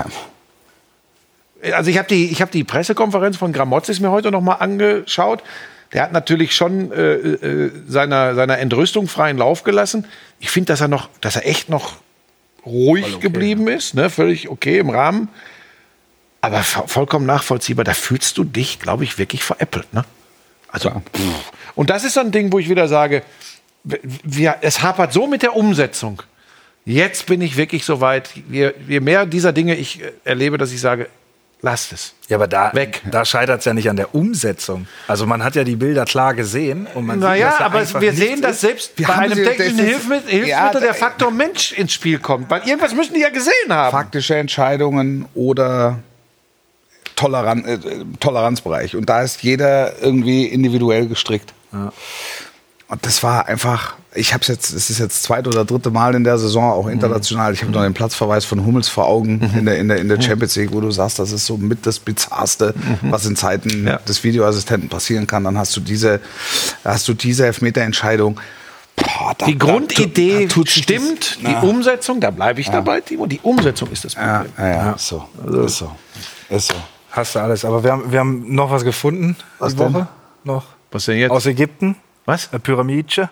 Also ich habe die, ich hab die Pressekonferenz von Gramozis mir heute noch mal angeschaut. Der hat natürlich schon äh, äh, seiner, seiner Entrüstung freien Lauf gelassen. Ich finde, dass er noch, dass er echt noch ruhig geblieben ist, ne? völlig okay im Rahmen. Aber vo- vollkommen nachvollziehbar, da fühlst du dich, glaube ich, wirklich veräppelt. Ne? Also, pff. und das ist so ein Ding, wo ich wieder sage, w- wir, es hapert so mit der Umsetzung. Jetzt bin ich wirklich so weit. Je, je mehr dieser Dinge ich äh, erlebe, dass ich sage, Lasst es.
Ja, aber da,
Weg.
da scheitert es ja nicht an der Umsetzung. Also man hat ja die Bilder klar gesehen und man
Naja,
sieht, dass da
aber
einfach
wir
nichts
sehen, dass
ist.
selbst
Wir
bei
haben
einem
sie-
technischen
das ist-
Hilfsmittel,
Ja, da-
Hilfsmittel der Faktor Mensch ins Spiel kommt. Weil irgendwas müssen die ja gesehen haben.
faktische Entscheidungen oder Toleran äh, Toleranzbereich. Und da ist jeder irgendwie individuell gestrickt. Und das war einfach, ich habe es jetzt, es ist jetzt zweite oder dritte Mal in der Saison,
Mhm.
auch international. Ich habe noch den Platzverweis von Hummels vor Augen in, der, in, der, in
Mhm.
der Champions League, wo du sagst, das ist so mit das Bizarrste, was in Zeiten
Ja.
des Videoassistenten passieren kann. Dann hast du diese, hast du diese Elfmeterentscheidung. Boah, da-
Die
da-
Grundidee
da tut sich das-
stimmt, die Umsetzung, da bleibe ich dabei, Timo, die Umsetzung ist das
Ja,
Problem.
ja, ja. Ist so.
Also
Ist so. Ist so.
Hast du alles. Aber wir haben, wir haben noch was gefunden was die
denn?
Woche. Noch.
Was denn jetzt?
Aus Ägypten.
Was?
Eine Pyramidche.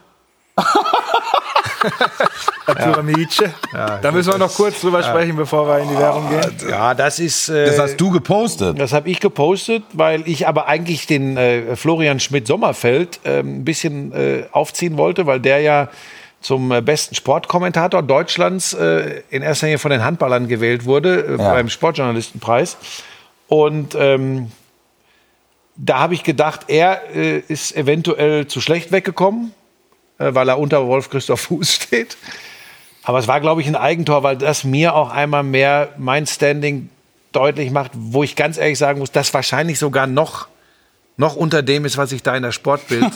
Eine Pyramidche. da müssen wir noch kurz drüber sprechen, bevor wir in die Werbung gehen.
Ja, das ist. Äh,
Das hast du gepostet.
Das habe ich gepostet, weil ich aber eigentlich den äh, Florian Schmidt-Sommerfeld ähm, ein bisschen äh, aufziehen wollte, weil der ja zum äh, besten Sportkommentator Deutschlands äh, in erster Linie von den Handballern gewählt wurde, äh,
Ja.
beim Sportjournalistenpreis. Und ähm, da habe ich gedacht, er äh, ist eventuell zu schlecht weggekommen, äh, weil er unter Wolf-Christoph Fuß steht. Aber es war, glaube ich, ein Eigentor, weil das mir auch einmal mehr mein Standing deutlich macht, wo ich ganz ehrlich sagen muss, das wahrscheinlich sogar noch, noch unter dem ist, was ich da in der Sportbild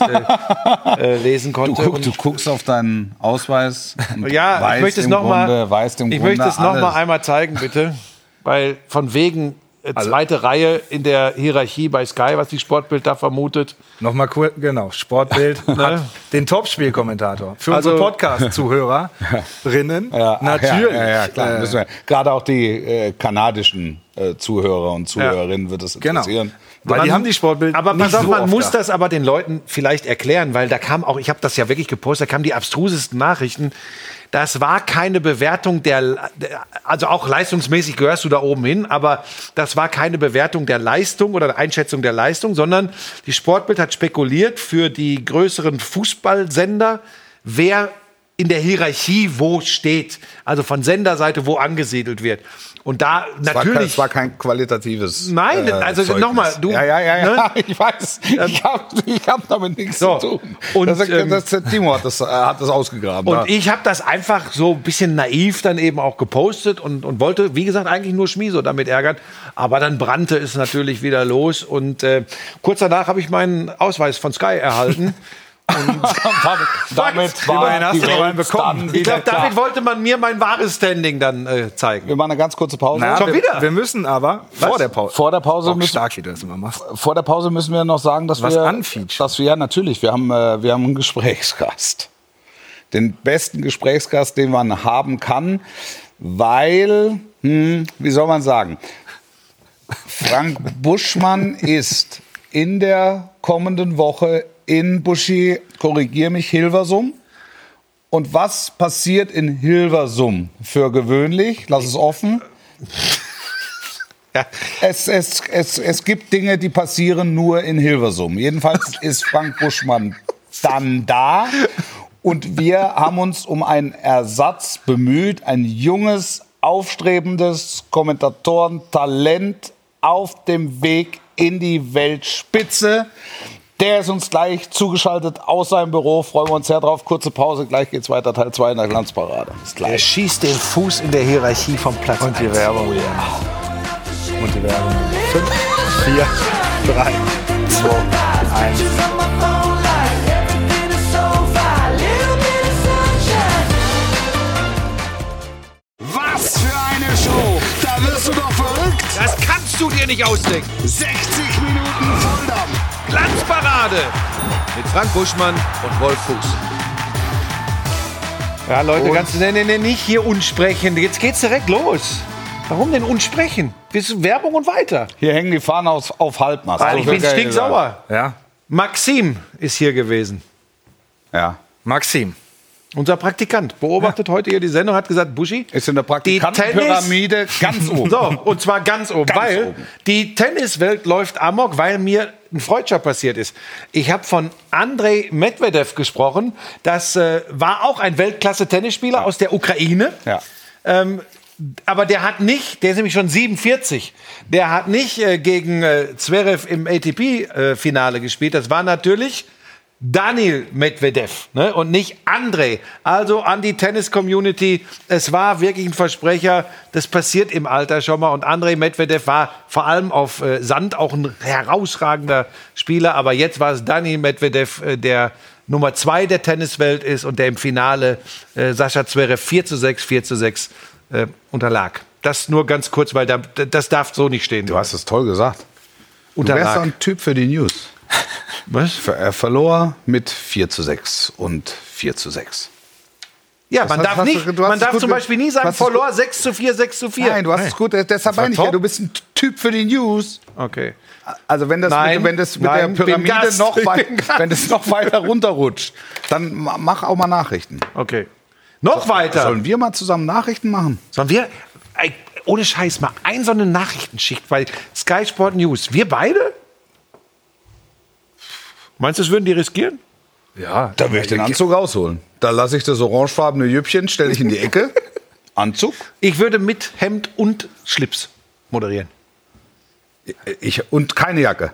äh, äh, lesen
Du,
konnte.
guck,
Und-
du guckst auf deinen Ausweis. und
ja,
weißt
ich möchte es
im
nochmal
Grunde- weißt im
Ich
Grunde
möchte es noch
alles.
mal einmal zeigen, bitte. Weil von wegen äh,
Also-
zweite Reihe in der Hierarchie bei Sky, was die Sportbild da vermutet.
Nochmal kurz, genau. Sportbild hat den Topspielkommentator. Für unsere
Also-
Podcast-Zuhörerinnen.
Ja,
Natürlich.
Ja, ja, ja klar.
Äh,
Müssen wir, gerade auch die äh, kanadischen äh, Zuhörer und Zuhörerinnen wird das
genau.
interessieren.
Weil die haben die Sportbild.
Aber
nicht
pass auf,
so
man
oft
muss
da.
das aber den Leuten vielleicht erklären, weil da kam auch, ich habe das ja wirklich gepostet, da kamen die abstrusesten Nachrichten. Das war keine Bewertung der, der- also auch leistungsmäßig gehörst du da oben hin, aber das war keine Bewertung der Leistung oder der Einschätzung der Leistung, sondern die Sportbild hat spekuliert für die größeren Fußballsender, wer in der Hierarchie wo steht, also von Senderseite wo angesiedelt wird. Und da
War kein,
natürlich.
es war kein qualitatives. äh,
Nein, also
Zeugnis.
nochmal, du-
Ja, ja, ja, ja
ne?
ich weiß. Ich habe ich hab damit nichts
So,
zu tun.
und,
das,
ähm,
das, das, Timo hat das, äh, hat das ausgegraben.
Und ich habe das einfach so ein bisschen naiv dann eben auch gepostet und, und wollte, wie gesagt, eigentlich nur Schmieso damit ärgern. Aber dann brannte es natürlich wieder los. Und äh, kurz danach habe ich meinen Ausweis von Sky erhalten.
damit, damit war
hast
die
du doch einen
Welt
bekommen.
dann
Ich
wieder
glaube,
klar.
damit wollte man mir mein wahres Standing dann äh, zeigen.
Wir machen eine ganz kurze Pause.
Na,
Schon
wir,
wieder?
wir müssen aber vor der Pause.
Vor der Pause
Auch
müssen-
stark, wie du das immer machst.
vor der Pause müssen wir noch sagen, dass
Was
wir,
anfeaturen.
dass wir ja natürlich, wir haben, äh, wir haben einen Gesprächsgast. Den besten Gesprächsgast, den man haben kann, weil, hm, wie soll man sagen, Frank Buschmann ist in der kommenden Woche in Buschi, korrigier mich, Hilversum. Und was passiert in Hilversum für gewöhnlich? Lass es offen. Es, es, es, es gibt Dinge, die passieren nur in Hilversum. Jedenfalls ist Frank Buschmann dann da. Und wir haben uns um einen Ersatz bemüht, ein junges, aufstrebendes Kommentatorentalent auf dem Weg in die Weltspitze. Der ist uns gleich zugeschaltet aus seinem Büro. Freuen wir uns sehr drauf. Kurze Pause, gleich geht's weiter. Teil 2 in der Glanzparade. Bis gleich.
schießt den Fuß in der Hierarchie vom Platz. Und die Werbung.
Was für eine Show! Da wirst du doch verrückt!
Das kannst du dir nicht ausdenken.
60 Minuten Volldampf!
Glanzparade mit Frank Buschmann und Wolf Fuß. Ja, Leute, ganz nee, nee, nee, nicht hier unsprechen. Jetzt geht's direkt los. Warum denn unsprechen? Wir sind Werbung und weiter.
Hier hängen die Fahnen auf, auf Halbmast.
Weil
So
ich bin
wird ja
stinksauer.
Ja.
Maxim ist hier gewesen.
gesagt. Ja.
Maxim.
Unser Praktikant beobachtet heute hier die Sendung, hat gesagt, Buschi,
Ist in der
die Tennis
Praktikantenpyramide ganz oben.
So, und zwar ganz oben,
Ganz
weil
oben.
die Tenniswelt läuft amok, weil mir ein Freudscher passiert ist. Ich habe von Andrei Medvedev gesprochen. Das äh, war auch ein Weltklasse-Tennisspieler aus der Ukraine.
Ja.
Ähm, aber der hat nicht, der ist nämlich schon 47, der hat nicht äh, gegen äh, Zverev im ATP-Finale äh, gespielt. Das war natürlich Daniel Medvedev ne? und nicht André. Also an die Tennis-Community, es war wirklich ein Versprecher. Das passiert im Alter schon mal. Und André Medvedev war vor allem auf äh, Sand auch ein herausragender Spieler. Aber jetzt war es Daniel Medvedev, äh, der Nummer zwei der Tenniswelt ist und der im Finale äh, Sascha Zverev 4 zu 6, 4 zu 6 äh, unterlag. Das nur ganz kurz, weil da, das darf so nicht stehen.
Du hast es toll gesagt. Du wärst so
unterlag.
ein Typ für die News. Was? Er verlor mit 4 zu 6 und 4 zu 6.
Ja, man
hast-
darf
hast du-
nicht,
du hast
man
es
darf
gut
zum
ge-
Beispiel nie
du
sagen,
hast es gut-
verlor 6 zu 4, 6 zu 4.
Nein, du hast es gut, äh, deshalb meine ich ja,
top.
du bist ein Typ für die News.
Okay.
Also wenn das
Nein,
mit, wenn das mit
nein,
der
bin
Pyramide
Gast.
noch,
Ich
wei
bin Gast.
wenn das noch weiter runterrutscht, dann ma- mach auch mal Nachrichten.
Okay. Noch weiter.
Sollen wir mal zusammen Nachrichten machen?
Sollen wir, ey, ohne Scheiß, mal ein so eine Nachrichtenschicht bei Sky Sport News. Wir beide? Meinst du, das würden die riskieren?
Ja, da möchte ich den Anzug rausholen. Da lasse ich das orangefarbene Jüppchen, stelle ich in die Ecke. Anzug?
Ich würde mit Hemd und Schlips moderieren.
Ich, und keine Jacke.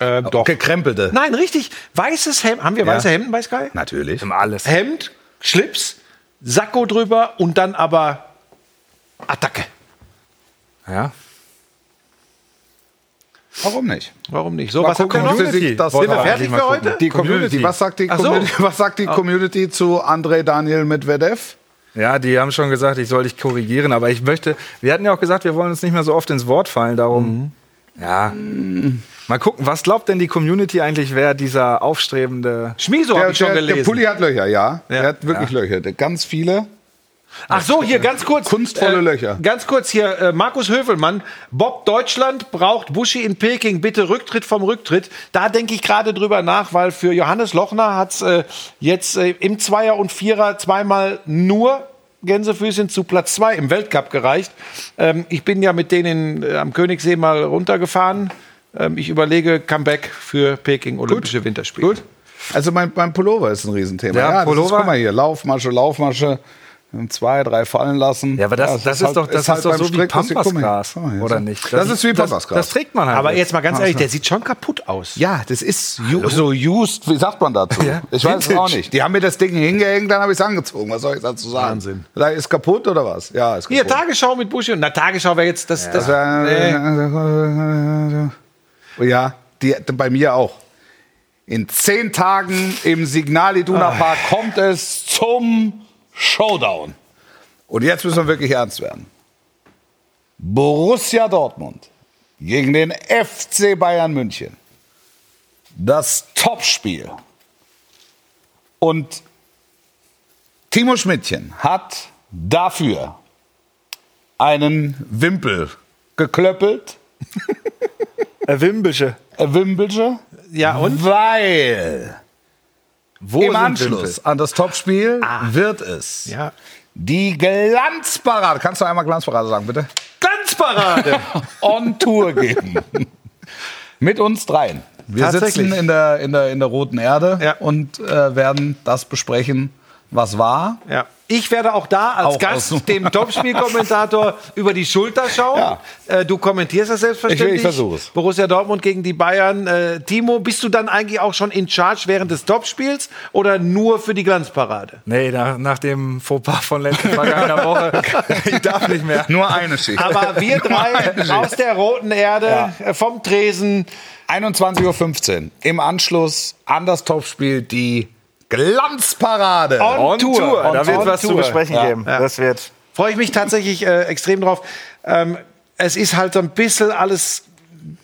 Äh,
doch.
Gekrempelte.
Nein, richtig. Weißes Hemd. Haben wir weiße Hemden bei Sky?
Natürlich.
Alles.
Hemd, Schlips, Sakko drüber und dann aber Attacke.
Ja.
Warum nicht?
Warum nicht? So,
Mal
was
gucken,
haben wir
wie
noch?
sie sich das
Sind wir
heute
fertig für heute?
Community.
Die Community. Ah.
Was sagt die,
Ach so.
Community, was sagt die Community zu André Daniel Medvedev?
Ja, die haben schon gesagt, ich soll dich korrigieren, aber ich möchte, wir hatten ja auch gesagt, wir wollen uns nicht mehr so oft ins Wort fallen, darum.
Mhm.
Ja. Mal gucken, was glaubt denn die Community eigentlich, wer dieser aufstrebende.
Schmiso habe ich schon
der
gelesen.
Pulli hat Löcher, ja. Der hat wirklich Löcher. Der, ganz viele.
Ach so, hier ganz kurz.
Äh,
äh,
Kunstvolle Löcher.
Ganz kurz hier, äh, Markus Hövelmann. Bob Deutschland braucht Buschi in Peking. Bitte Rücktritt vom Rücktritt. Da denke ich gerade drüber nach, weil für Johannes Lochner hat es äh, jetzt äh, im Zweier und Vierer zweimal nur Gänsefüßchen zu Platz zwei im Weltcup gereicht. Ähm, ich bin ja mit denen äh, am Königssee mal runtergefahren. Ähm, ich überlege Comeback für Peking Olympische Winterspiele.
Gut. Also mein, mein Pullover ist ein Riesenthema.
Ja,
das Ist,
Pullover.
guck mal hier, Laufmasche, Laufmasche. Zwei, drei fallen lassen.
Ja, aber das, das,
halt-
ist, doch, das ist, doch
beim
so wie
Strick, dass die- guck mal hier.
Pampasgras,
Guck mal hier,
oder
so.
nicht?
Ah, Das, ist wie Pampasgras.
Das, das trägt man halt.
Aber
nicht.
jetzt mal
Ah,
ganz ehrlich, der sieht schon kaputt aus.
Ja, das ist ju- so used, wie sagt man dazu?
Ja.
Ich weiß es
Vintage.
auch nicht. Die haben mir das Ding hingehängt, dann habe ich es angezogen. Was soll ich dazu sagen?
Wahnsinn.
Da ist kaputt oder was? Ja, ist
Hier,
kaputt.
Tagesschau mit Buschi. Na, Tagesschau wäre jetzt das. das
Also,
nee.
äh, ja, äh, ja die, bei mir auch. In zehn Tagen im Signal
Ah.
Iduna Park kommt es zum Showdown. Und jetzt müssen wir wirklich ernst werden. Borussia Dortmund gegen den FC Bayern München. Das Topspiel. Und Timo Schmidtchen hat dafür einen Wimpel geklöppelt,
Äh, Wimbische.
äh, Wimpelsche,
Ja, und?
weil
Wo
im
sind
Anschluss
Wimpel?
an das Topspiel wird es
Ah. Ja.
die Glanzparade, kannst du einmal Glanzparade sagen, bitte?
Glanzparade!
On Tour geben. Mit uns dreien. Wir
Tatsächlich.
sitzen in der, in der, in der roten Erde
Ja.
und äh, werden das besprechen, was war.
ja. Ich werde auch da als
Auch aus-
Gast dem Topspielkommentator über die Schulter schauen.
Ja.
Äh, du kommentierst das selbstverständlich.
Ich- ich versuch's.
Borussia Dortmund gegen die Bayern. Äh, Timo, bist du dann eigentlich auch schon in Charge während des Topspiels oder nur für die Glanzparade?
Nee, nach, nach dem Fauxpas von letzter vergangener Woche. ich darf nicht mehr.
Nur eine Schicht.
Aber wir drei aus der roten Erde äh, vom Tresen.
21.15 Uhr im Anschluss an das Topspiel die Glanzparade.
On Tour.
Tour. Da
On-
wird
on
was zu
Tour.
besprechen
Ja.
geben. Das wird.
Freue ich mich tatsächlich äh, extrem drauf. Ähm, es ist halt so ein bisschen alles,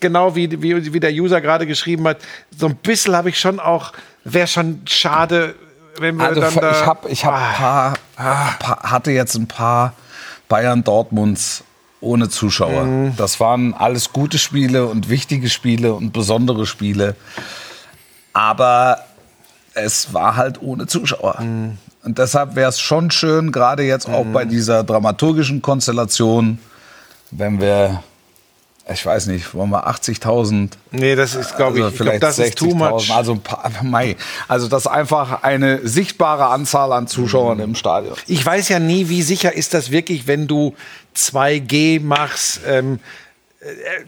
genau wie, wie, wie der User gerade geschrieben hat, so ein bisschen habe ich schon auch, wäre schon schade, wenn wir
Also
dann da... Ah.
ich hab, ich hab paar, ah, paar, hatte jetzt ein paar Bayern Dortmunds ohne Zuschauer.
Mhm.
Das waren alles gute Spiele und wichtige Spiele und besondere Spiele. Aber es war halt ohne Zuschauer.
Mhm.
Und deshalb wäre es schon schön, gerade jetzt auch bei dieser dramaturgischen Konstellation, wenn wir ich weiß nicht, wollen wir 80.000?
Nee, das ist, glaube ich,
Also
ich glaub,
vielleicht
das ist too much.
60.000, Also, ein paar, mei. also das ist einfach eine sichtbare Anzahl an Zuschauern im Stadion.
Ich weiß ja nie, wie sicher ist das wirklich, wenn du 2G machst. Ähm,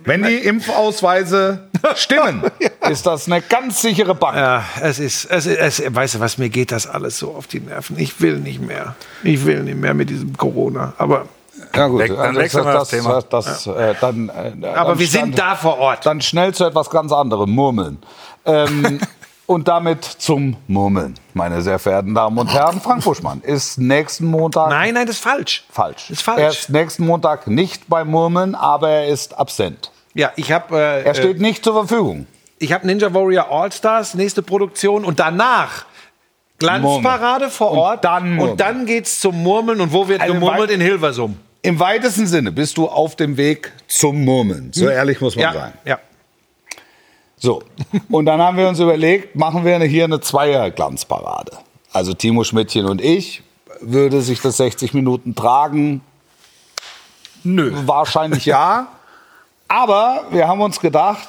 Wenn die Impfausweise stimmen, ist das eine ganz sichere Bank.
ja, es ist, es, ist- es, weißt du was, mir geht das alles so auf die Nerven. Ich will nicht mehr. Ich will nicht mehr mit diesem Corona. Aber,
Ja gut,
Weg- dann
also
wechseln wir das Thema.
das, äh, dann, äh,
aber
dann
wir sind
stand-
da vor Ort.
Dann schnell zu etwas ganz anderem, Murmeln. Ähm, und damit zum Murmeln, meine sehr verehrten Damen und Herren. Frank Buschmann ist nächsten Montag
Nein, nein, das ist falsch.
falsch.
Ist falsch.
Er ist nächsten Montag nicht bei Murmeln, aber er ist absent.
Ja, ich habe äh,
Er steht nicht zur Verfügung.
ich hab Ninja Warrior All-Stars, nächste Produktion und danach Glanzparade vor
Und
Ort.
dann Murmeln.
und dann Also geht's zum Murmeln. Und wo wird
Eine
gemurmelt?
Wei-
In Hilversum.
Im weitesten Sinne bist du auf dem Weg zum Murmeln. So ehrlich muss man
Ja,
sein.
ja.
Hm. So, und dann haben wir uns überlegt, machen wir hier eine Zweierglanzparade. Also Timo Schmidtchen und ich, würde sich das 60 Minuten tragen? Nö. Wahrscheinlich ja. Aber wir haben uns gedacht,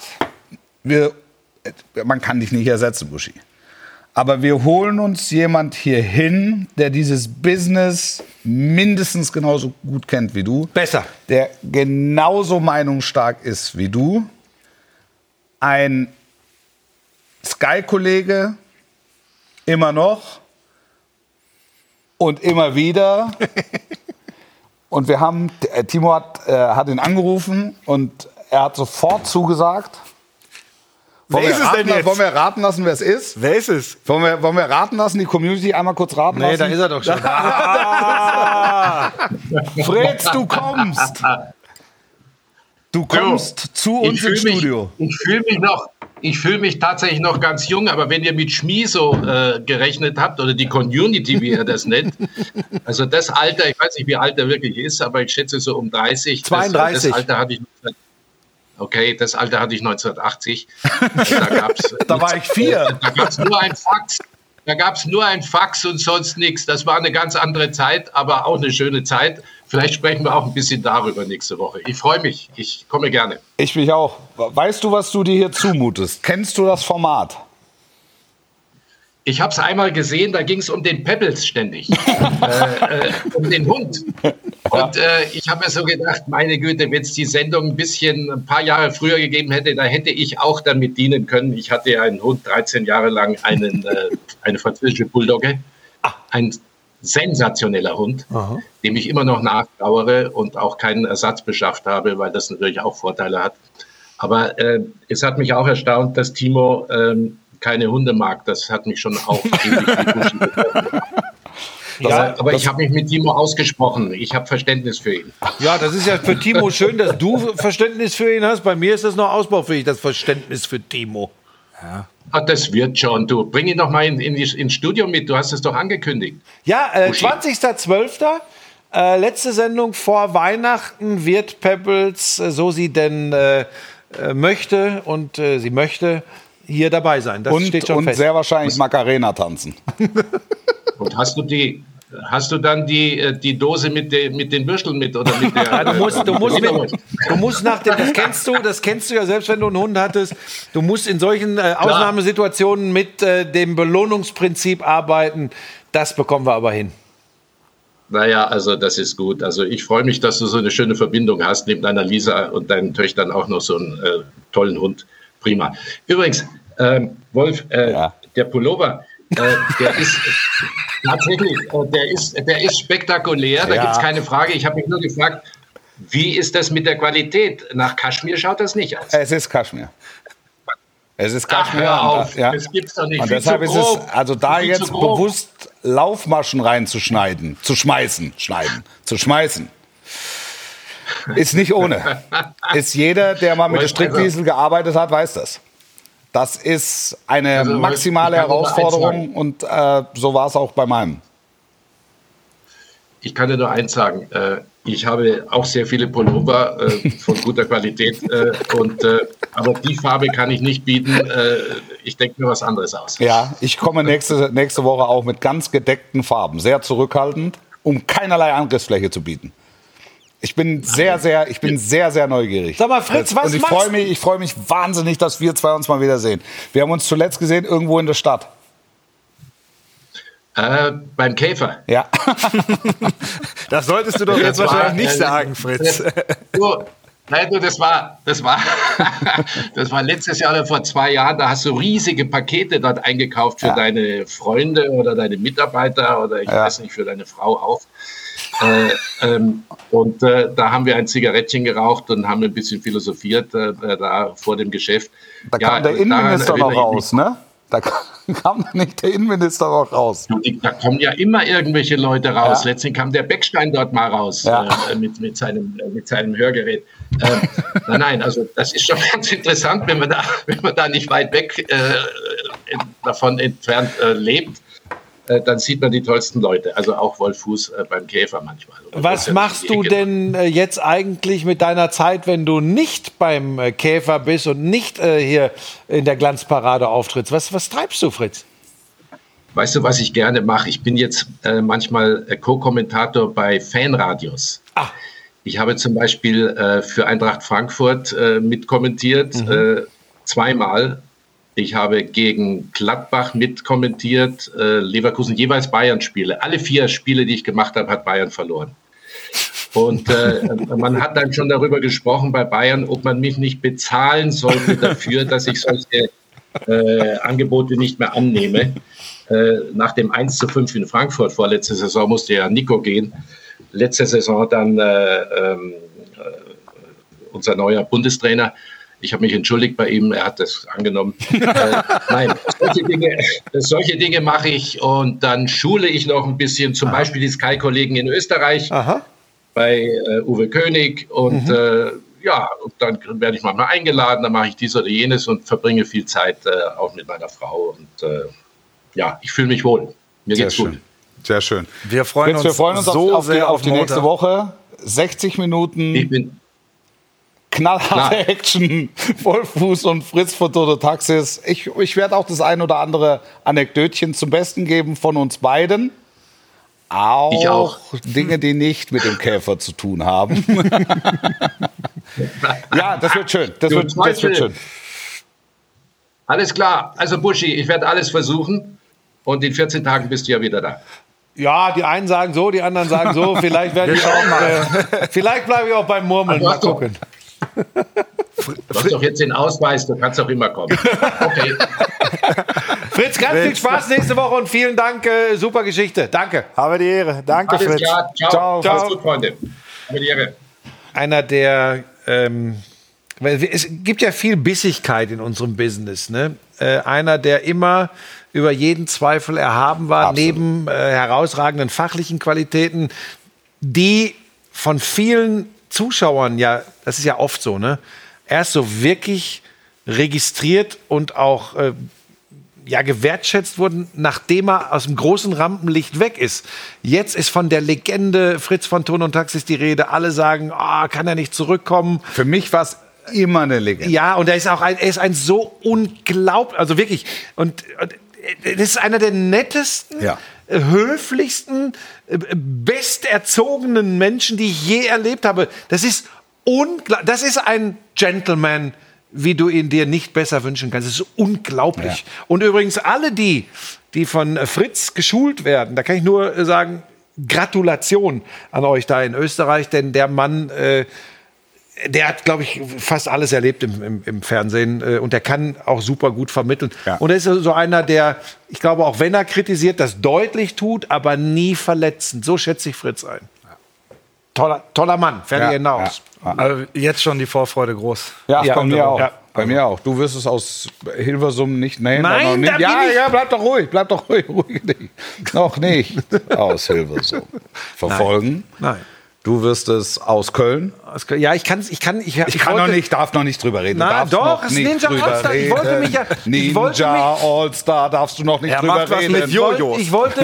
wir, man kann dich nicht ersetzen, Buschi. Aber wir holen uns jemand hier hin, der dieses Business mindestens genauso gut kennt wie du.
Besser.
Der genauso meinungsstark ist wie du. Ein Sky-Kollege, immer noch und immer wieder. und wir haben, äh, Timo hat, äh, hat ihn angerufen und er hat sofort zugesagt. Wollen wir,
ist es
raten,
denn jetzt?
wollen wir raten lassen, wer es ist?
Wer ist es?
Wollen wir, wollen wir raten lassen, die Community einmal kurz raten
Nee,
lassen?
da ist er doch schon.
Fritz, du kommst! Du kommst zu uns
Ich fühle
ins
mich,
Studio.
ich fühl mich noch. Ich fühle mich tatsächlich noch ganz jung, aber wenn ihr mit Schmieso äh, gerechnet habt oder die Community, wie ihr das nennt, also das Alter, ich weiß nicht, wie alt er wirklich ist, aber ich schätze so um 30.
32.
Das, das Alter hatte ich. Okay, das Alter hatte ich 1980. Da, gab's äh,
Da war ich vier.
da gab es nur ein Fax. Da gab es nur ein Fax und sonst nichts. Das war eine ganz andere Zeit, aber auch eine schöne Zeit. Vielleicht sprechen wir auch ein bisschen darüber nächste Woche. Ich freue mich. Ich komme gerne.
Ich mich auch. Weißt du, was du dir hier zumutest? Kennst du das Format?
Ich habe es einmal gesehen, da ging es um den Pebbles ständig, äh, äh, um den Hund. Und äh, ich habe mir so gedacht, meine Güte, wenn es die Sendung ein bisschen ein paar Jahre früher gegeben hätte, da hätte ich auch damit dienen können. Ich hatte ja einen Hund 13 Jahre lang, einen, äh, eine französische Bulldogge, ein sensationeller Hund, dem ich immer noch nachtrauere und auch keinen Ersatz beschafft habe, weil das natürlich auch Vorteile hat. Aber äh, es hat mich auch erstaunt, dass Timo ähm, keine Hunde mag. Das hat mich schon auch ziemlich getroffen. ja, aber ich habe mich mit Timo ausgesprochen. Ich habe Verständnis für ihn.
Ja, das ist ja für Timo schön, dass du Verständnis für ihn hast. Bei mir ist das noch ausbaufähig, das Verständnis für Timo.
Ah, das wird schon. Du bring ihn doch mal in, in die, ins Studio mit. Du hast es doch angekündigt.
Ja, äh,
Uschi.
20.12. Äh, letzte Sendung vor Weihnachten wird Pebbles, äh, so sie denn äh, äh, möchte und äh, sie möchte, hier dabei sein. Das
Und,
steht schon
und
fest.
sehr wahrscheinlich Macarena tanzen.
Und hast du die? Hast du dann die, äh, die Dose mit, de, mit den Würsteln mit oder mit der? äh,
Ja, du musst, du musst, mit,
Wiederholung?
du musst nach dem, das kennst du, das kennst du ja selbst, wenn du einen Hund hattest. Du musst in solchen äh, Ausnahmesituationen mit äh, dem Belohnungsprinzip arbeiten. Das bekommen wir aber hin.
Naja, also das ist gut. Also ich freue mich, dass du so eine schöne Verbindung hast, neben deiner Lisa und deinen Töchtern auch noch so einen äh, tollen Hund. Prima. Übrigens, ähm, Wolf, äh,
Ja.
der Pullover, äh, der ist tatsächlich, äh, der ist, der ist spektakulär, da
Ja.
gibt's keine Frage. Ich habe mich nur gefragt, wie ist das mit der Qualität? Nach Kaschmir schaut das nicht aus.
Es ist Kaschmir. Es ist Kaschmir.
Ah, hör
und
auf,
da- ja.
das gibt's doch nicht.
Und
Viel
deshalb
zu
ist
grob.
es, also da
Viel zu
jetzt
grob.
bewusst Laufmaschen reinzuschneiden, zu schmeißen, schneiden, zu schmeißen. Ist nicht ohne. Ist jeder, der mal mit
Wolf,
Strickdiesel gearbeitet hat, weiß das. Das ist eine
Also, Wolf,
maximale
ich kann nur eins
Herausforderung und äh, so war es auch bei meinem.
Ich kann dir nur eins sagen. Äh, ich habe auch sehr viele Pullover äh, von guter Qualität. Äh, und, äh, aber die Farbe kann ich nicht bieten. Äh, ich denke mir was anderes aus.
Ja, ich komme nächste, nächste Woche auch mit ganz gedeckten Farben, sehr zurückhaltend, um keinerlei Angriffsfläche zu bieten. Ich bin sehr, sehr, ich bin sehr, sehr neugierig.
Sag mal, Fritz, was
Und ich
machst
freue mich, ich freue mich wahnsinnig, dass wir zwei uns mal wiedersehen. Wir haben uns zuletzt gesehen irgendwo in der Stadt.
Äh, beim Käfer.
Ja.
Das solltest du doch jetzt
Das war,
wahrscheinlich nicht
äh,
sagen, Fritz.
So, nein, du, das war, das war, das war letztes Jahr oder vor zwei Jahren, da hast du riesige Pakete dort eingekauft für deine Freunde oder deine Mitarbeiter oder ich weiß nicht, für deine Frau auch. Äh, ähm, und äh, da haben wir ein Zigarettchen geraucht und haben ein bisschen philosophiert äh, da vor dem Geschäft. also
Da kam der
daran
Innenminister noch
erinnere ich mich.
raus, ne? Da kam, kam doch nicht der Innenminister noch raus.
Und die- Da kommen ja immer irgendwelche Leute raus. Letztens kam der Beckstein dort mal raus
Ja.
äh, mit, mit, seinem, äh, mit seinem Hörgerät. Ähm, nein, nein, also das ist schon ganz interessant, wenn man da, wenn man da nicht weit weg äh, in- davon entfernt äh, lebt, äh, dann sieht man die tollsten Leute. Also auch Wolf Fuß äh, beim Käfer manchmal. Oder
Was
Wolf
machst
Fuß
du
in die Ecke.
denn äh, jetzt eigentlich mit deiner Zeit, wenn du nicht beim äh, Käfer bist und nicht äh, hier in der Glanzparade auftrittst? Was, was treibst du, Fritz?
Weißt du, was ich gerne mache? Ich bin jetzt äh, manchmal äh, Co-Kommentator bei Fanradios.
Ah.
Ich habe zum Beispiel äh, für Eintracht Frankfurt äh, mitkommentiert, äh, zweimal. Ich habe gegen Gladbach mitkommentiert, äh, Leverkusen jeweils Bayern-Spiele. Alle vier Spiele, die ich gemacht habe, hat Bayern verloren. Und äh, man hat dann schon darüber gesprochen bei Bayern, ob man mich nicht bezahlen sollte dafür, dass ich solche äh, Angebote nicht mehr annehme. Äh, nach dem 1 zu 5 in Frankfurt vorletzte Saison musste ja Nico gehen. Letzte Saison dann äh, ähm, äh, unser neuer Bundestrainer. Ich habe mich entschuldigt bei ihm, er hat das angenommen. äh, nein, solche Dinge, solche Dinge mache ich und dann schule ich noch ein bisschen, zum Beispiel die Sky-Kollegen in Österreich bei äh, Uwe König und
Mhm.
äh, ja, und dann werde ich manchmal eingeladen, dann mache ich dies oder jenes und verbringe viel Zeit äh, auch mit meiner Frau und äh, ja, ich fühle mich wohl. Mir geht's gut.
Sehr schön.
Wir freuen
Fritz, wir freuen uns
so
auf, auf, die,
sehr
auf die
Montag.
nächste Woche. 60 Minuten
Ich bin
knallharte
Klar.
Action. Wolfuß und Fritz von Toto Taxis. Ich, ich werde auch das ein oder andere Anekdötchen zum Besten geben von uns beiden. Auch,
Ich auch.
Dinge, die nicht mit dem Käfer zu tun haben. ja, das wird schön. Das
Du
wird, das wird
Teufel.
schön.
alles klar. Also Buschi, ich werde alles versuchen und in 14 Tagen bist du ja wieder da.
Ja, die einen sagen so, die anderen sagen so. Vielleicht werde ich auch mal. äh, Also, Vielleicht bleibe ich auch beim Murmeln. Mal
doch.
gucken.
Du hast doch jetzt den Ausweis, du kannst auch immer kommen. Okay.
Fritz, ganz viel Spaß nächste Woche und vielen Dank. Äh, super Geschichte. Danke.
Habe die Ehre. Danke,
Alles
Fritz.
klar. Ciao.
Ciao.
Mach's gut, Freunde. Mit Ehre.
einer der, ähm, weil wir- es gibt ja viel Bissigkeit in unserem Business, ne? Äh, einer, der immer über jeden Zweifel erhaben war, neben äh, herausragenden fachlichen Qualitäten, die von vielen Zuschauern ja, das ist ja oft so, ne? Erst so wirklich registriert und auch äh, ja, gewertschätzt wurden, nachdem er aus dem großen Rampenlicht weg ist. Jetzt ist von der Legende Fritz von Ton und Taxis die Rede. Alle sagen, ah, kann er nicht zurückkommen.
Für mich war es immer eine Legende.
Ja, und er ist auch ein, er ist ein so unglaublich, also wirklich. Und, und äh, das ist einer der nettesten,
Ja.
äh, höflichsten, äh, besterzogenen Menschen, die ich je erlebt habe. Das ist unglaublich. Das ist ein Gentleman, wie du ihn dir nicht besser wünschen kannst. Das ist unglaublich. Und übrigens alle die, die von äh, Fritz geschult werden, da kann ich nur äh, sagen, Gratulation an euch da in Österreich, denn der Mann äh, der hat, glaube ich, fast alles erlebt im, im, im Fernsehen äh, und der kann auch super gut vermitteln. Und er ist so einer, der, ich glaube, auch wenn er kritisiert, das deutlich tut, aber nie verletzend. So schätze ich Fritz ein. Toller, toller Mann, fertig hinaus.
Aber Also jetzt schon die Vorfreude groß.
Ja,
Ja,
bei mir
wunderbar.
auch.
Ja.
Bei mir auch. Du wirst es aus Hilversum nicht. Nee,
Nein,
noch nicht.
da bin
ja,
ich-
ja, bleib doch ruhig, bleib doch ruhig, ruhig nicht. Noch nicht aus Hilversum verfolgen.
Nein.
Du wirst es aus Köln.
Das kann- Ja, ich kann, ich kann, ich,
Ich kann noch nicht, darf noch nicht drüber reden.
Nein,
darfst
doch,
noch
es ist
nicht
Ninja
drüber
All-Star. Ich wollte
reden.
mich ja- ich wollte
Ninja All-Star darfst du noch nicht
Er
drüber
macht was
reden.
mit
Wollt-
Jojos.
Ich wollte,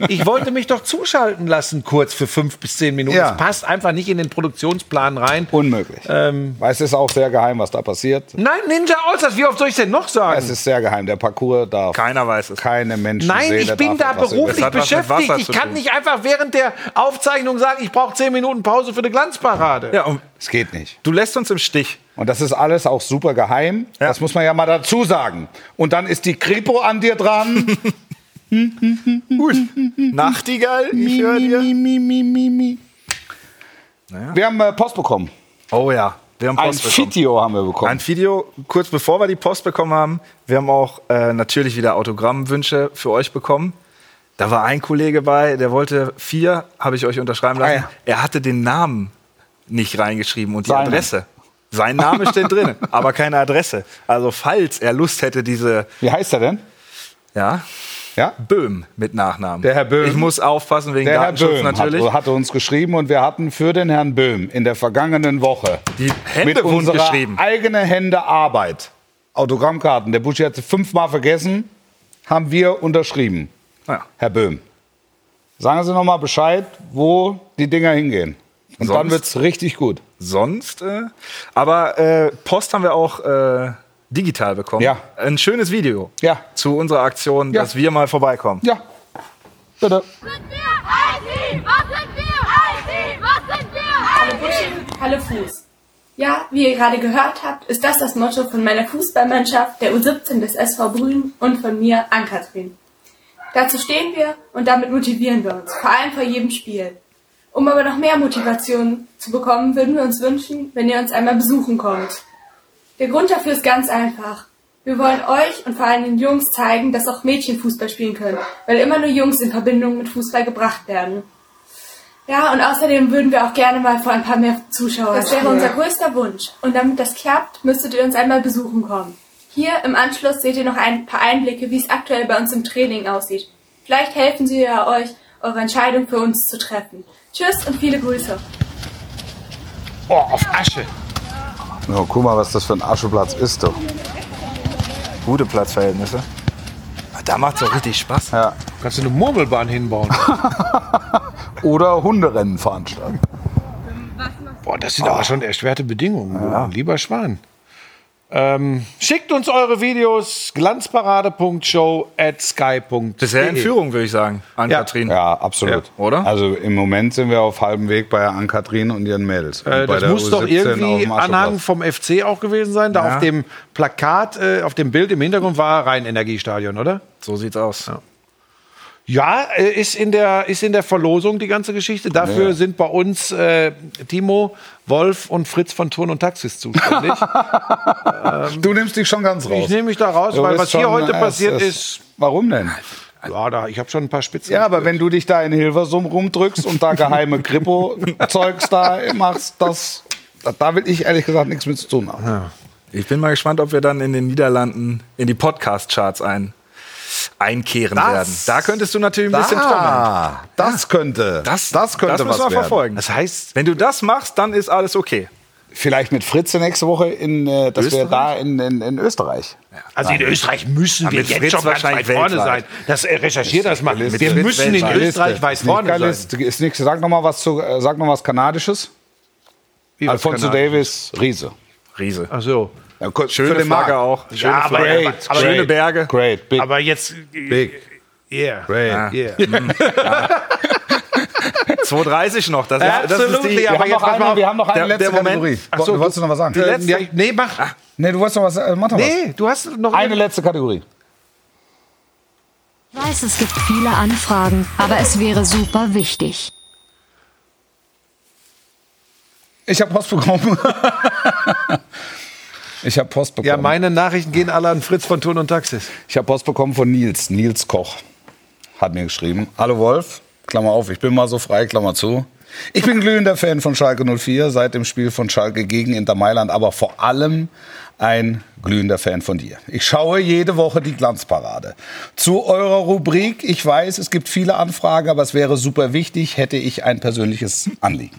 Mich, ich wollte mich doch zuschalten lassen, kurz für fünf bis zehn Minuten.
Ja.
Das passt einfach nicht in den Produktionsplan rein.
Unmöglich. Weil es ist auch sehr geheim, was da passiert.
Ähm. Nein, Ninja Allstars, wie oft soll ich denn noch sagen?
Es ist sehr geheim. Der Parcours darf
Keiner weiß es.
keine Menschen
Nein,
Seele
ich bin da
darf etwas über-
beruflich
hat was mit
beschäftigt.
Wasser
Ich
zu
kann
tun.
nicht einfach während der Aufzeichnung sagen, ich brauche zehn Minuten Pause für eine Glanzparade.
Ja, und
Es geht nicht.
du lässt uns im Stich.
Und das ist alles auch super geheim. Das muss man ja mal dazu sagen. Und dann ist die Kripo an dir dran.
Gut. Nachtigall, ich höre dir.
Wir haben äh, Post bekommen.
Oh ja, wir haben
Ein
Post bekommen.
Video haben wir bekommen.
Ein Video, kurz bevor wir die Post bekommen haben. Wir haben auch äh, natürlich wieder Autogrammwünsche für euch bekommen. Da war ein Kollege bei, der wollte vier, habe ich euch unterschreiben lassen.
Ah, ja.
Er hatte den Namen nicht reingeschrieben und die
Seinen.
Adresse. Sein Name steht drin, aber keine Adresse. Also falls er Lust hätte, diese,
Wie heißt er denn?
ja,
Ja?
Böhm mit Nachnamen.
Der Herr Böhm.
Ich muss aufpassen wegen
Der Herr
Datenschutz
Böhm
natürlich.
Hat, hatte uns geschrieben und wir hatten für den Herrn Böhm in der vergangenen Woche
Die Hände
mit
wund
unserer
geschrieben.
eigene Hände Arbeit Autogrammkarten. Der Buschi hat sie fünfmal vergessen, haben wir unterschrieben.
Ja.
Herr Böhm, sagen Sie noch mal Bescheid, wo die Dinger hingehen. Und dann
Sonst?
wird's richtig gut.
sonst. Äh, aber äh, Post haben wir auch äh, digital bekommen.
Ja.
Ein schönes Video
Ja.
zu unserer Aktion,
Ja.
dass wir mal vorbeikommen.
Ja, bitte.
sind wir? IT! Was sind wir? IT! Was sind wir? IT!
Halle Fuß. Ja, wie ihr gerade gehört habt, ist das das Motto von meiner Fußballmannschaft, der U17 des SV Brünen und von mir, Ankatrin. Dazu stehen wir und damit motivieren wir uns, vor allem vor jedem Spiel. Um aber noch mehr Motivation zu bekommen, würden wir uns wünschen, wenn ihr uns einmal besuchen kommt. Der Grund dafür ist ganz einfach. Wir wollen euch und vor allem den Jungs zeigen, dass auch Mädchen Fußball spielen können, weil immer nur Jungs in Verbindung mit Fußball gebracht werden. Ja, und außerdem würden wir auch gerne mal vor ein paar mehr Zuschauern. Das wäre unser größter Wunsch. Und damit das klappt, müsstet ihr uns einmal besuchen kommen. Hier im Anschluss seht ihr noch ein paar Einblicke, wie es aktuell bei uns im Training aussieht. Vielleicht helfen sie ja euch, eure Entscheidung für uns zu treffen. Tschüss und viele Grüße.
Oh, auf Asche.
Oh, guck mal, was das für ein Ascheplatz ist, doch.
Gute Platzverhältnisse. Da macht es auch richtig Spaß.
Ja.
Kannst du eine Murmelbahn hinbauen?
Oder Hunderennen veranstalten.
Boah, das sind aber schon erschwerte Bedingungen. du, Lieber Schwan. Ähm, schickt uns eure Videos glanzparade.show at sky.de.
Bisher in Führung, würde ich sagen, an
Ja.
Katrin.
Ja, absolut.
Ja, oder?
Also im Moment sind wir auf halbem Weg bei Ann-Kathrin und ihren Mädels. Und
Äh,
bei
das
der
muss doch
U17 auf
irgendwie
dem Ascheplatz.
Anhang vom FC auch gewesen sein. Da auf dem Plakat, äh, auf dem Bild im Hintergrund war Rhein-Energiestadion, oder?
So sieht's aus.
Ja, äh, ist in der, ist in der Verlosung die ganze Geschichte. Dafür sind bei uns äh, Timo, Wolf und Fritz von Turn und Taxis zuständig.
Du nimmst dich schon ganz raus.
ich nehme mich da raus,
Du
weil
bist
was hier
schon,
heute
äh,
passiert
es- es-
ist.
Warum denn?
Ja, da, ich habe schon ein paar Spitzen.
Ja, aber wenn du dich da in Hilversum rumdrückst und da geheime Kripo-Zeugs da machst, das, da, da will ich ehrlich gesagt nichts mit zu tun haben.
Ich bin mal gespannt, ob wir dann in den Niederlanden in die Podcast-Charts ein, einkehren werden. Da könntest du natürlich ein bisschen trommeln.
Ah, das könnte, das, könnte
das müssen
was
wir
werden.
verfolgen.
Das heißt,
Wenn du das machst, dann ist alles okay.
Vielleicht mit Fritze nächste Woche, in, äh, dass wir
Österreich?
da in, in, in Österreich.
also in Österreich müssen wir
mit
jetzt
Fritz
schon ganz weit
wahrscheinlich
vorne
weltweit.
sein. Das äh, recherchiert das mal.
Mit
Wir
Fritz
müssen in
weltweit.
Österreich weit vorne sein.
Ist nichts. Sag noch mal was zu, äh, sag noch mal was Kanadisches.
Wie, was
Alfonso
kann er-
Davis, Riese.
Riese.
Ach so.
Ja, kurz
Schöne
für den
Flagge
Markt.
auch. Schöne
aber-
Flagge.
aber-
aber-
Schöne Berge.
Great, big,
Aber jetzt. äh,
big.
Yeah.
Great.
Yeah.
2,30 noch. Das, Das ist
Absolutely,
die,
aber
Wir, haben
jetzt pass
noch
mal
eine,
auf.
wir haben noch eine
Der-
letzte
der Moment.
Kategorie.
Ach so,
du wolltest noch was sagen?
Äh,
letzte-
ja, nee, mach.
Nee, du wolltest noch was äh, Mach doch was.
nee, du hast noch.
Ah. Eine letzte Kategorie.
Weiß, es gibt viele Anfragen, aber es wäre super wichtig.
Ich habe Post bekommen. ich habe Post bekommen.
ja, meine Nachrichten gehen alle an Fritz von Turn und Taxis.
Ich habe Post bekommen von Nils, Nils Koch. Hat mir geschrieben. Hallo Wolf, Klammer auf, ich bin mal so frei, Klammer zu. Ich bin glühender Fan von Schalke 04, seit dem Spiel von Schalke gegen Inter Mailand, aber vor allem ein glühender Fan von dir. Ich schaue jede Woche die Glanzparade. Zu eurer Rubrik, ich weiß, es gibt viele Anfragen, aber es wäre super wichtig, hätte ich ein persönliches Anliegen.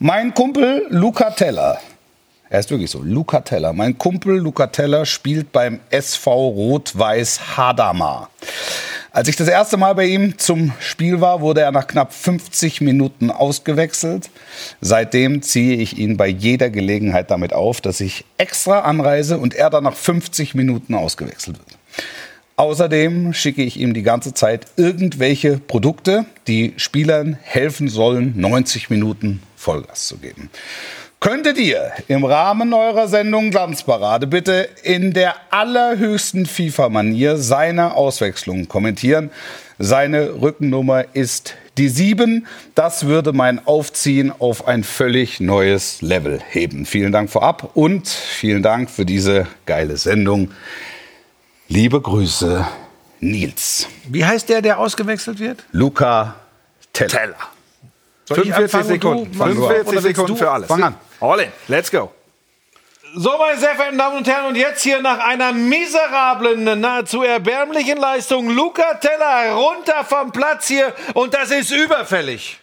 Mein Kumpel Luca Teller er ist wirklich so. Luca Teller. Mein Kumpel Luca Teller spielt beim SV Rot-Weiß Hadamar. Als ich das erste Mal bei ihm zum Spiel war, wurde er nach knapp 50 Minuten ausgewechselt. Seitdem ziehe ich ihn bei jeder Gelegenheit damit auf, dass ich extra anreise und er dann nach 50 Minuten ausgewechselt wird. Außerdem schicke ich ihm die ganze Zeit irgendwelche Produkte, die Spielern helfen sollen, 90 Minuten Vollgas zu geben. Könntet ihr im Rahmen eurer Sendung Glanzparade bitte in der allerhöchsten FIFA-Manier seine Auswechslung kommentieren? Seine Rückennummer ist die 7. Das würde mein Aufziehen auf ein völlig neues Level heben. Vielen Dank vorab und vielen Dank für diese geile Sendung. Liebe Grüße, Nils.
Wie heißt der, der ausgewechselt wird?
Luca Teller.
Soll ich
45
anfangen und du
Sekunden.
machst-
45
oder willst
Sekunden
du?
für alles.
Fang an.
All in. Let's go.
So, meine sehr verehrten Damen und Herren, und jetzt hier nach einer miserablen, nahezu erbärmlichen Leistung Luca Teller runter vom Platz hier und das ist überfällig.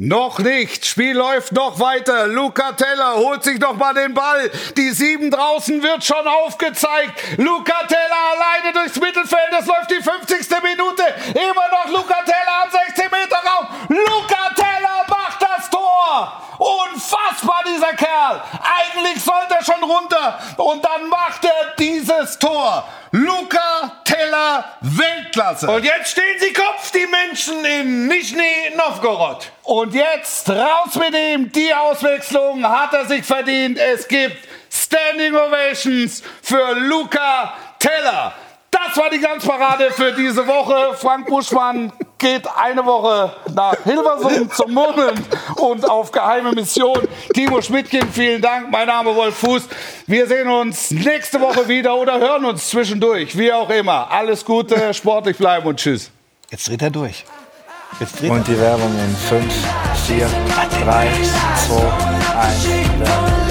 Noch nicht. Spiel läuft noch weiter. Luca Teller holt sich noch mal den Ball. Die sieben draußen wird schon aufgezeigt. Luca Teller alleine durchs Mittelfeld. Es läuft die 50. Minute. Immer noch Luca Teller am 16 Meter Raum. Luca Teller macht das Tor. Unfassbar dieser Kerl. Eigentlich sollte er schon runter und dann macht er dieses Tor. Luca Teller Weltklasse.
Und jetzt stehen sie Kopf, die Menschen in Nischni Novgorod.
Und jetzt raus mit ihm. Die Auswechslung hat er sich verdient. Es gibt Standing Ovations für Luca Teller. Das war die Glanzparade für diese Woche. Frank Buschmann geht eine Woche nach Hilversum zum Murmeln und auf geheime Mission. Timo Schmidtkin, vielen Dank. Mein Name Wolf Fuß. Wir sehen uns nächste Woche wieder oder hören uns zwischendurch. Wie auch immer. Alles Gute, sportlich bleiben und tschüss.
Jetzt dreht er durch. Jetzt dreht
Und die Werbung in 5, 4, 3, 2, 1.